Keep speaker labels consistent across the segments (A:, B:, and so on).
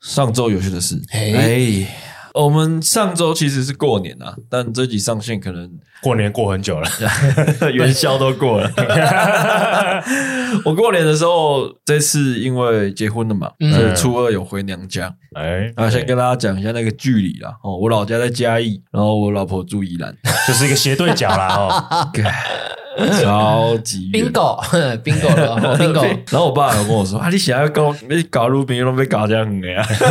A: 上周有趣的事，
B: 哎
A: 我们上周其实是过年啊，但这集上线可能
B: 过年过很久了，
A: 元宵都过了。我过年的时候，这次因为结婚了嘛，
B: 嗯
A: 所以初二有回娘家。
B: 哎，
A: 然后先跟大家讲一下那个距离啦。哦，我老家在嘉义，然后我老婆住宜兰，
B: 就是一个斜对角啦 哦，
A: 超级远。
C: bingo，bingo 了哦 ，bingo，
A: 然后我爸有跟我说：“啊，你想要搞你搞路边都被搞这样的呀。”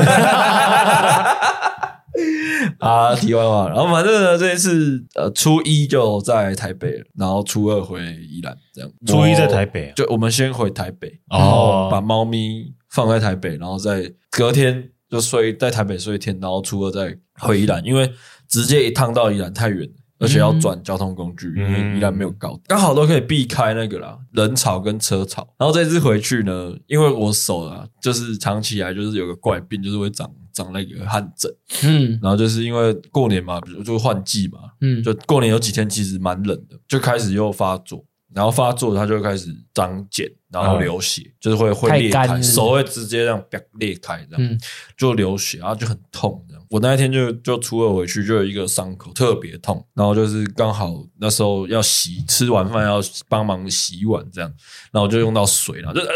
A: 啊，题外话，然后反正呢，这一次呃，初一就在台北了，然后初二回宜兰，这样。
B: 初一在台北啊
A: 就我们先回台北，
B: 哦
A: 然后把猫咪放在台北，然后再隔天就睡在台北睡一天，然后初二再回宜兰，因为直接一趟到宜兰太远了，而且要转交通工具，
B: 嗯
A: 因为宜兰没有高铁，刚好都可以避开那个啦人潮跟车潮。然后这次回去呢，因为我手啊，就是长期以来就是有个怪病，就是会长长那个汗疹，
C: 嗯
A: 然后就是因为过年嘛，比如就换季嘛，
C: 嗯，
A: 就过年有几天其实蛮冷的，就开始又发作，然后发作它就开始长茧，然后流血，就是会会裂
C: 嗯太干
A: 开，
C: 了
A: 手会直接这样啪裂开，这样、
C: 嗯
A: 就流血，然后就很痛这样。我那一天就就初二回去就有一个伤口特别痛，然后就是刚好那时候要洗，吃完饭要帮忙洗碗这样，然后我就用到水了，就呃哦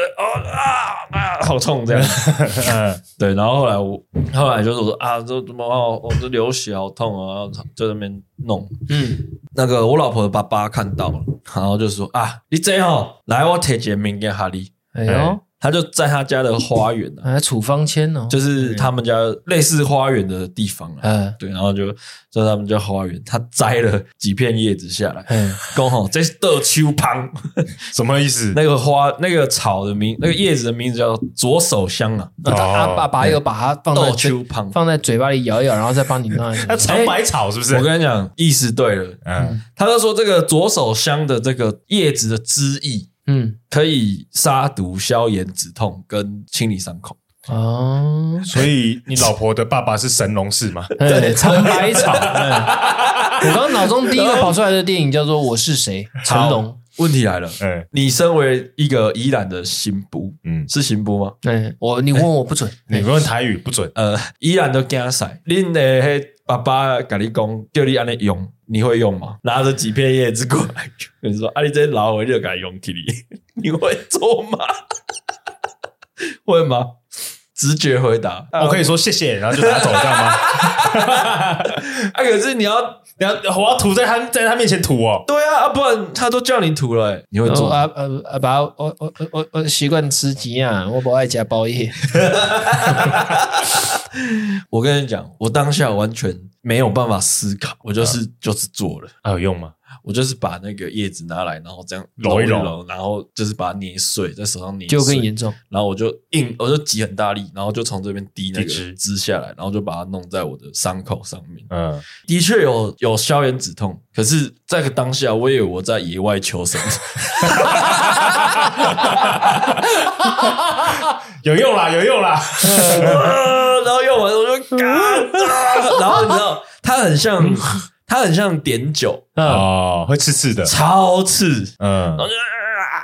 A: 啊啊好痛 这样。
B: 嗯
A: 对，然后后来我后来就是我说啊，这怎么哦，我这流血好痛啊，然后在那边弄，
C: 嗯，
A: 那个我老婆的爸爸看到了，然后就说啊，你这样哦来我铁姐明给哈利，
C: 哎呦，
A: 他就在他家的花园啊，
C: 还处方签哦，
A: 就是他们家类似花园的地方啊，
C: 呃，
A: 对，然后就在他们家花园，他摘了几片叶子下来，
C: 嗯
A: 刚好这是豆秋旁
B: 什么意思？
A: 那个花那个草的名，那个叶子的名字叫左手香啊，
C: 那他他爸爸有把它放在
A: 豆
C: 嘴
A: 秋旁。
C: 放在嘴巴里咬一咬，然后再帮你弄下去。
B: 那长百草是不是
A: 我？跟你讲，意思对了，
B: 嗯，
A: 他就说这个左手香的这个叶子的汁液。
C: 嗯
A: 可以杀毒、消炎、止痛跟清理伤口。
C: 哦，
B: 所以你老婆的爸爸是神农氏嘛？
C: 对，长白草。嗯我刚刚脑中第一个跑出来的电影叫做《我是谁》，成龙。
A: 问题来了，
B: 嗯
A: 你身为一个宜兰的刑部，
B: 嗯，
A: 是刑部吗？
C: 嗯，我你问我不准，哎
B: 你问台语不准，
A: 呃，宜兰的干塞，恁的嘿爸爸跟你讲，叫你安尼用，你会用吗？拿着几片叶子过来，跟你说，啊，你这老回就给它用起你，你 会做吗？会吗？直觉回答，
B: 我哦可以说谢谢，然后就拿走，这样吗？
A: 啊，可是你要
B: 然后我要吐在他在他面前吐哦。
A: 对啊，啊，不然他都叫你涂了、欸，你会
C: 然后
A: 做吗？
C: 啊呃啊爸，我我我我我习惯吃鸡啊，我不爱加包夜。
A: 我跟你讲，我当下完全没有办法思考，我就是、就是做了，
B: 啊，有用吗？
A: 我就是把那个叶子拿来，然后这样
B: 揉一
A: 一
B: 揉
A: 揉，然后就是把它捏碎，在手上捏碎，
C: 就更严重。
A: 然后我就硬，我就挤很大力，然后就从这边滴那个
B: 滴汁
A: 汁下来，然后就把它弄在我的伤口上面。
B: 嗯，
A: 的确有有消炎止痛，可是在个当下，我以为我在野外求生，
B: 有用啦，有用 啦。
A: 啊然后用完我就嘎、啊然后你知道，它很像，它很像碘酒，
C: 嗯，
B: 哦，会刺刺的。
A: 超刺。
B: 嗯
A: 然后就、啊，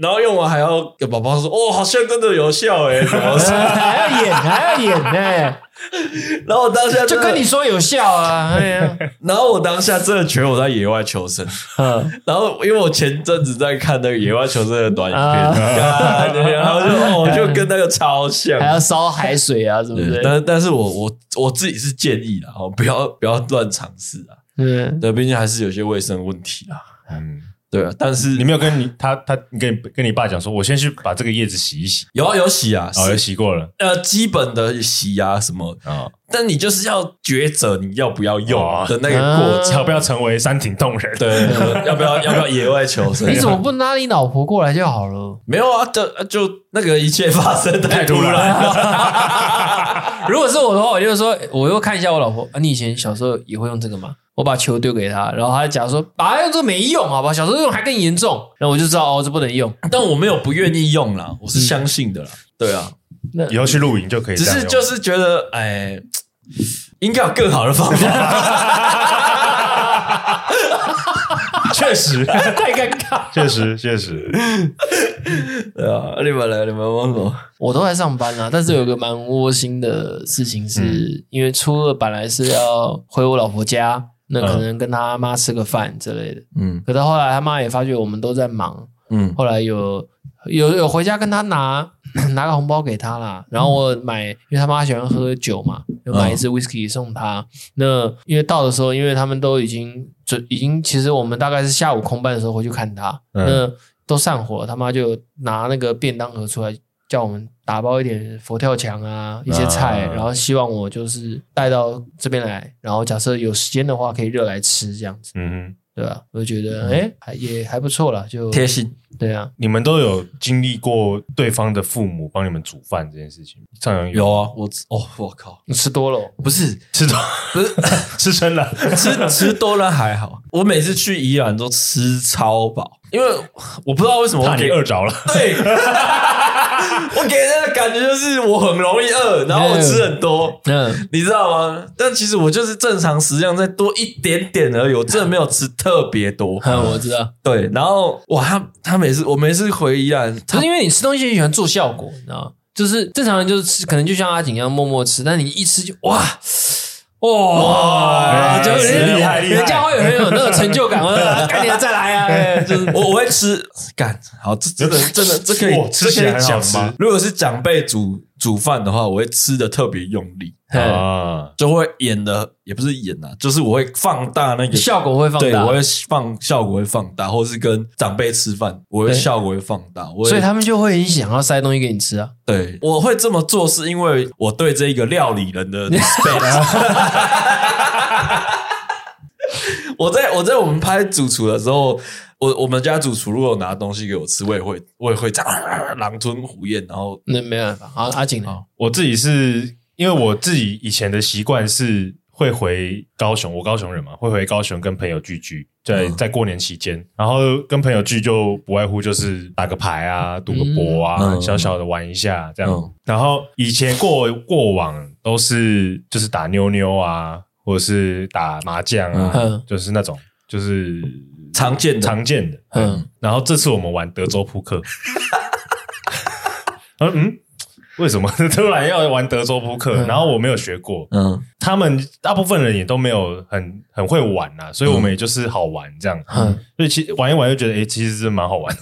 A: 然后用完还要给宝宝说，哦，好像真的有效哎、怎么说
C: 还要演，还要演哎呢，
A: 然后我当下真的
C: 就跟你，说有效啊。哎呀，
A: 然后我当下真的觉得我在野外求生。
C: 嗯
A: 然后因为我前阵子在看那个野外求生的短影
C: 啊
A: 片，干 然后就哦，我就跟那个超像
C: 还。要烧海水啊，是不
A: 对，
C: 是？
A: 但但是我我我自己是建议啦，哦，不要不要乱尝试啊，
C: 嗯，
A: 对，毕竟还是有些卫生问题啦，
B: 嗯，
A: 对啊，但是
B: 你没有跟你他他你跟你跟你爸讲说，我先去把这个叶子洗一洗。
A: 有啊有洗啊，
B: 哦，有
A: 洗
B: 洗过了。
A: 呃基本的洗啊什么，
B: 啊，
A: 但你就是要抉择你要不要用
B: 哦
A: 的那个过程。
B: 要不要成为山顶洞人？
A: 嗯对，要不要要不要野外求生？
C: 你怎么不拉你老婆过来就好了？
A: 没有啊？就就那个一切发生太突然了。
C: 如果是我的话，我就说，我又看一下我老婆啊，你以前小时候也会用这个吗？我把球丢给她，然后她假如说，啊，用这个没用，好吧，小时候用还更严重，然后我就知道哦，这不能用。
A: 但我没有不愿意用啦，我是相信的啦。对啊，
C: 那
B: 以后去露营就可以
A: 只
B: 这样用。
A: 是就是觉得，哎，应该有更好的方法。
B: 确实，
C: 太尴尬。
B: 确实，确实，
A: 对啊，你们来，你们问我，
C: 我都在上班啊，但是有个蛮窝心的事情是，
A: 嗯
C: 因为初二本来是要回我老婆家，那可能跟她妈吃个饭之类的。
A: 嗯
C: 可是后来她妈也发觉我们都在忙，
A: 嗯
C: 后来有有有回家跟她拿 拿个红包给她啦。然后我买，因为她妈喜欢喝酒嘛，就买一
B: 嗯
C: 支 whisky 送她。那因为到的时候，因为他们都已经准已经，其实我们大概是下午空班的时候回去看她，
B: 嗯
C: 那都散伙了，他妈就拿那个便当盒出来。叫我们打包一点佛跳墙啊，一些菜，
B: 啊
C: 然后希望我就是带到这边来，然后假设有时间的话，可以热来吃这样子，
B: 嗯哼，
C: 对吧、我就觉
B: 嗯
C: 得，哎、还也还不错啦，就
A: 贴心，
C: 对啊，
B: 你们都有经历过对方的父母帮你们煮饭这件事情，上扬
A: 有啊，我哦，我靠，
C: 你吃多了哦，
A: 不是
B: 吃多
A: 不是
B: 吃撑了，
A: 吃吃多了还好，我每次去宜兰都吃超饱，因为我不知道为什么
B: 怕
A: 我
B: 你
A: 给
B: 饿着了。
A: 对， 我给人的感觉就是我很容易饿，然后我吃很多。
C: 嗯，
A: 你知道吗？但其实我就是正常食量再多一点点而已，我真的没有吃特别 多。
C: 嗯我知道，
A: 对，然后哇，他他每次我每次回宜兰，
C: 就
A: 他
C: 是因为你吃东西很喜欢做效果，你知道吗？就是正常人就是吃，可能就像阿景一样默默吃，但你一吃就哇。哇，
A: 哇
C: 就
A: 哎
C: 是
B: 厉害厉害
C: 人家会有很有那个成就感，呃 赶紧再来 啊！哎就是
A: 我我会吃，干好，这真的真的这可以
B: 哇吃
A: 这
B: 起
A: 可
B: 来
A: 以
B: 很好
A: 讲
B: 吃
A: 吗？如果是长辈煮煮饭的话，我会吃的特别用力，
C: 嗯
B: 啊，
A: 就会演的也不是演啊，就是我会放大那个
C: 效果会放
A: 对，
C: 大
A: 我，会放效果会放大，或是跟长辈吃饭，我会
C: 对
A: 效果会放大。我会
C: 所以他们就会很想要塞东西给你吃啊。
A: 对我会这么做，是因为我对这个料理人 的 respect。我在我在我们拍主厨的时候，我我们家主厨如果有拿东西给我吃，我也会我也会这样狼吞虎咽，然后
C: 那没办法，阿阿景呢？
B: 我自己是因为我自己以前的习惯是会回高雄，我高雄人嘛，会回高雄跟朋友聚聚，在、
A: 嗯
B: 在过年期间，然后跟朋友聚就不外乎就是打个牌啊，赌个博啊，
A: 嗯嗯
B: 小小的玩一下这样。
A: 嗯
B: 然后以前过过往都是就是打妞妞啊，或者是打麻将啊，
C: 嗯
B: 就是那种就是
A: 常见的
B: 常见的。
C: 嗯，
B: 然后这次我们玩德州扑克，然后嗯，为什么 突然要玩德州扑克？
C: 嗯
B: 然后我没有学过，
A: 嗯
B: 他们大部分人也都没有很很会玩啊，所以我们也就是好玩这样。
C: 嗯
B: 所以其实玩一玩就觉得，哎、其实是蛮 好玩。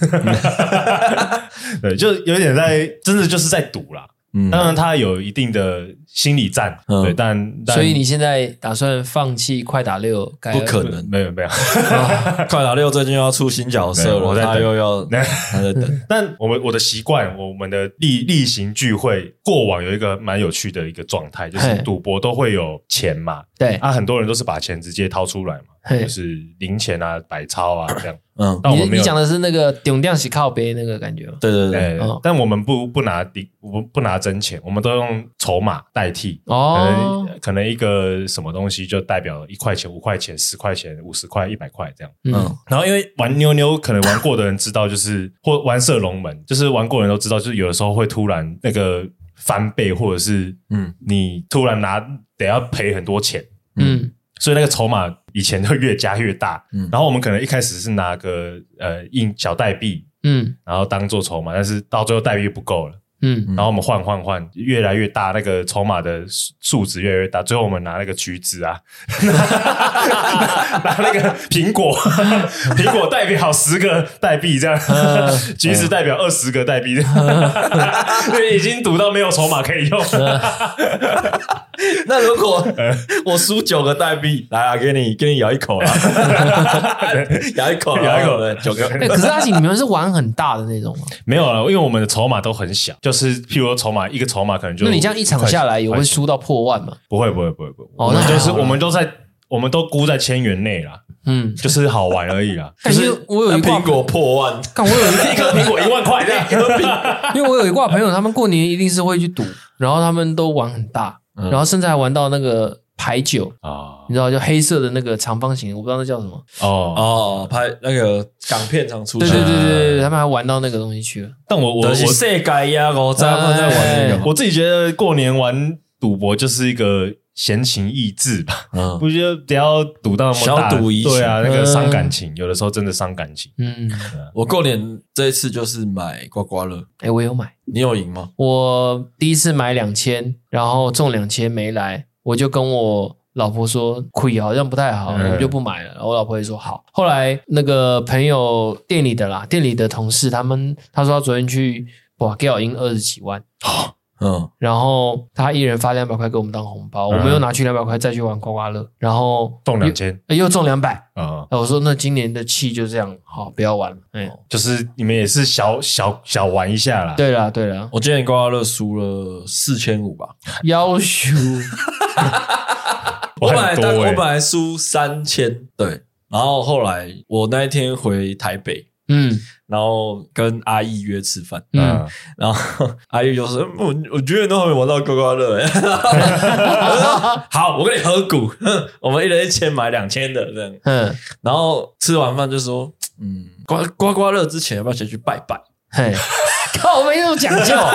B: 对，就有点在，真的就是在赌啦。
A: 嗯
B: 当然，他有一定的心理战，
A: 嗯
B: 对，但但
C: 所以你现在打算放弃快打六？改
A: 不可能。
B: 没有没有，
A: 快打六最近又要出新角色
B: 没有
A: 了，
B: 我在
A: 他
B: 等
A: 又要他在 等。
B: 但我们我的习惯，我们的例例行聚会，过往有一个蛮有趣的一个状态，就是
C: 嘿
B: 赌博都会有钱嘛，
C: 对，
B: 啊，很多人都是把钱直接掏出来嘛，
C: 嘿哦
B: 就是零钱啊、百钞啊这样。
A: 嗯，
B: 但我
C: 你
B: 们没
C: 你
B: 有，
C: 讲的是那个顶量洗靠背那个感觉吗？
A: 对对对，
B: 对
C: 哦
B: 但我们不不拿零，不不拿真钱，我们都用筹码代替。可
C: 哦，
B: 能可能一个什么东西就代表一块钱、五块钱、十块钱、五十块、一百块这样。
A: 嗯
B: 然后因为玩妞妞，可能玩过的人知道，就是或玩射龙门，就是玩过的人都知道，就是有的时候会突然那个翻倍，或者是
A: 嗯
B: 你突然拿得要赔很多钱，
C: 嗯
B: 所以那个筹码以前会越加越大。
A: 嗯
B: 然后我们可能一开始是拿个呃硬小代币，
C: 嗯
B: 然后当做筹码，但是到最后代币不够了，
C: 嗯，
A: 嗯
B: 然后我们换换换，越来越大，那个筹码的数数值越来越大，最后我们拿那个橘子啊， 拿那个苹果， 苹果代表十个代币这样，
C: 嗯
B: 橘子代表二十个代币， 因为已经赌到没有筹码可以用。
C: 嗯
A: 那如果我输九个代币，来啊，给你给你咬一口啦，咬一口啦，
B: 咬一口
A: 对九个。
C: 哎，可是阿锦，你们是玩很大的那种吗？
B: 没有啊了，因为我们的筹码都很小，就是譬如说筹码一个筹码可能就
C: 那你这样一场下来也
B: 有
C: 会输到破万嘛？
B: 不会不会不会不会，
C: 哦
B: 我们
C: 那还
B: 就是
C: 好
B: 我们都在我们都估在千元内啦，
C: 嗯，。
B: 就是好玩而已啦
C: 嗯但是我有一挂
A: 苹，果破万，
C: 看我有一
B: 一颗苹果一万块这样，
C: 因为我有一挂朋友，他们过年一定是会去赌，然后他们都玩很大，
A: 嗯
C: 然后甚至还玩到那个牌九，
B: 啊
C: 你知道，就黑色的那个长方形，我不知道那叫什么。
B: 哦，
A: 哦，拍那个港片常出
C: 对
A: 现，
C: 对对对
A: 啊
C: 对，他们还玩到那个东西去了。
B: 但我我
A: 就是
B: 我
A: 世界呀，我咱们在玩那
C: 哎
A: 个，
B: 我自己觉得过年玩赌博就是一个闲情逸致吧，
A: 嗯，
B: 不就不要赌到那么
A: 小
B: 大，
A: 赌怡情
B: 对啊，那个
C: 嗯
B: 伤感情，有的时候真的伤感情。
C: 嗯，
A: 我过年这一次就是买刮刮乐，
C: 哎，我有买，
A: 你有赢吗？
C: 我第一次买两千，然后中两千没来，我就跟我老婆说亏好像不太好，我
B: 嗯
C: 们就不买了。然后我老婆也说好。后来那个朋友店里的啦，店里的同事他们，他说他昨天去哇，给我赢二十几万。
A: 嗯，
C: 然后他一人发两百块给我们当红包，我们
B: 嗯
C: 又拿去两百块再去玩刮刮乐，然后
B: 中两千
C: 又又中两百。
B: 啊，
C: 我说那今年的气就这样，好不要玩了。
B: 嗯
C: 哎、
B: 就是你们也是小小小玩一下啦。
C: 对了对了，
A: 我今年刮刮乐输了四千五吧，
C: 要求
A: 我
B: 我
A: 本来
B: 很多
A: 当我
B: 欸
A: 本来输三千，对，然后后来我那一天回台北，
C: 嗯
A: 然后跟阿义约吃饭，
C: 嗯，
B: 啊
A: 然后阿玉就说：“ 嗯我我觉得都还没玩到刮刮乐。”欸 我说好，我跟你合股， 我们一人一千买两千的这样。
C: 嗯，
A: 然后吃完饭就说：“嗯，刮刮刮乐之前要不要先去拜拜
C: 嘿， 靠，我们有讲究，？”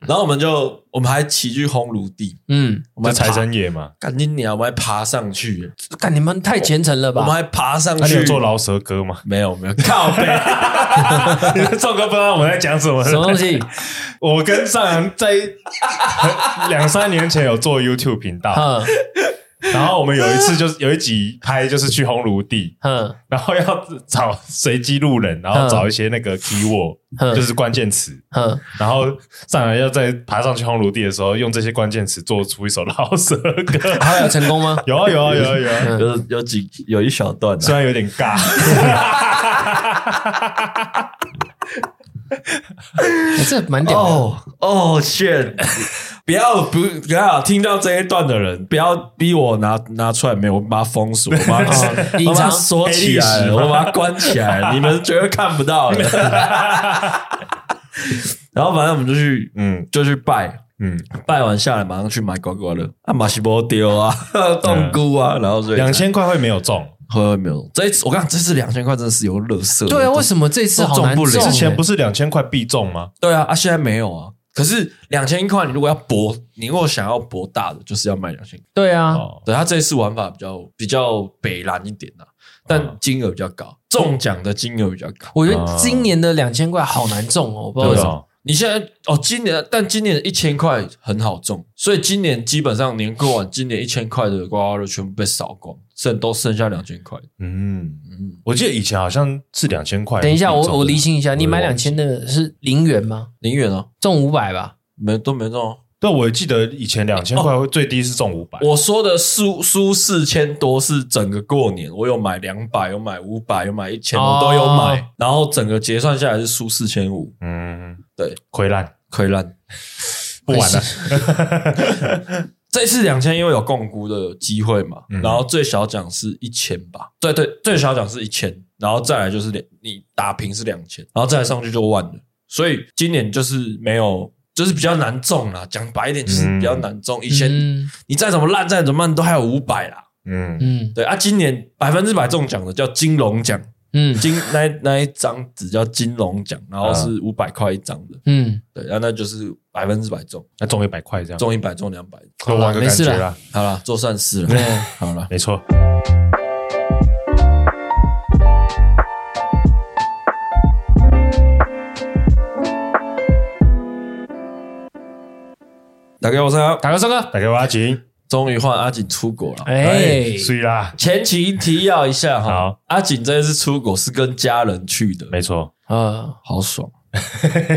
A: 然后我们就我们还骑去烘炉地，
C: 嗯，
A: 我
B: 就
A: 们还
B: 财
A: 爬，
B: 神爷嘛，
A: 赶紧鸟，我们还爬上去，
C: 干你们太虔诚了
A: 我
C: 吧？
A: 们还爬上
B: 啊那你有
A: 去。
B: 做饶舌 歌吗？
A: 没有没有，靠 背，
B: 赵哥不知道我在讲什 么。
C: 什么东 西？
B: 我跟上阳在 两三年前有做 YouTube 频道，
C: 嗯
B: 然后我们有一次就是有一集拍就是去烘炉地，
C: 嗯
B: 然后要找随机路人，然后找一些那个 keyword，
C: 嗯
B: 就是关键词。
C: 嗯，
B: 然后上来要在爬上去烘炉地的时候，用这些关键词做出一首饶舌歌。
C: 后来有成 功吗？
B: 有啊有啊有啊有啊，
C: 嗯
A: 有有几有一小段、
B: 虽
A: 啊，
B: 然有点尬，
C: 哎这蛮屌的。
A: 哦哦，shit！不 要不不要听到这一段的人，不要逼我拿拿出来，没有，我把它封锁，我把它
C: 隐
A: 我把它
C: 藏
A: 锁起
B: 黑历
A: 来，
B: 史
A: 我把它关起来，你们绝对看不到的。然后反正我们就去
B: 嗯
A: 就去拜，
B: 嗯，
A: 拜完下来马上去买刮刮乐，啊马西波丢啊， 冻菇啊，然后所以
B: 两千块会没有中。
A: 会会没有这一次，我跟你讲，这次两千块真的是有乐色。
C: 对啊，为什么这次好难
A: 都中不了
B: 之
C: 欸
B: 哦前不是两千块必中吗？
A: 对啊，啊，现在没有啊。可是两千块，你如果要博，你如果想要博大的，就是要卖两千块。
C: 对啊，
B: 哦，
A: 对他这一次玩法比较比较北蓝一点啊，但金额比较高，中奖的金额比较高。
C: 我觉得今年的两千块好难中哦，我不知道为什么。
B: 哦，
A: 你现在哦，今年但今年一千块很好中，所以今年基本上年过完，今年一千块的刮刮乐全部被扫光，剩都剩下两千块。
B: 嗯，
A: 嗯，
B: 我记得以前好像是两千块。
C: 等一下，我我厘
B: 理
C: 清一下，你买两千的是零元吗？
A: 零元哦，
C: 中五百吧？
A: 没都没中、哦。
B: 对，我记得以前两千块
C: 哦
B: 会最低是中五百。
A: 我说的输输四千多是整个过年，我有买两百，有买五百，有买一千，我
C: 哦
A: 都有买。然后整个结算下来是输四千五，
B: 嗯，
A: 对，
B: 亏烂
A: 亏烂。
B: 不玩了
C: 还。
A: 这次两千因为有共估的机会嘛，
B: 嗯
A: 然后最小奖是一千吧，对对，最小奖是一千，然后再来就是两，你打平是两千，然后再来上去就万了。所以今年就是没有，就是比较难中啦。讲白一点，就是比较难中。以前
C: 嗯
A: 你再怎么烂，再怎么烂，都还有五百啦。
B: 嗯，
C: 嗯
A: 对啊，今年百分之百中奖的叫金龙奖，
C: 嗯
A: 金那那一张纸叫金龙奖，然后是五百块一张的，
C: 嗯，
A: 对，然后那就是百分之百中，
B: 那中一百块这样，
A: 中一百中两百，
B: 多玩个
C: 没
B: 感
C: 事
B: 觉
C: 啦
B: 啦。
A: 好了，做善事了，
C: 对，
A: 好了，
B: 没错，
A: 大家我是阿
C: 打个三哥，
B: 打给我阿锦。
A: 终于换阿锦出国了。
C: 哎，
B: 睡啦，
A: 前情提要一下哈
B: 好，
A: 阿锦这次出国是跟家人去的，
B: 没错。
C: 啊，
A: 好爽，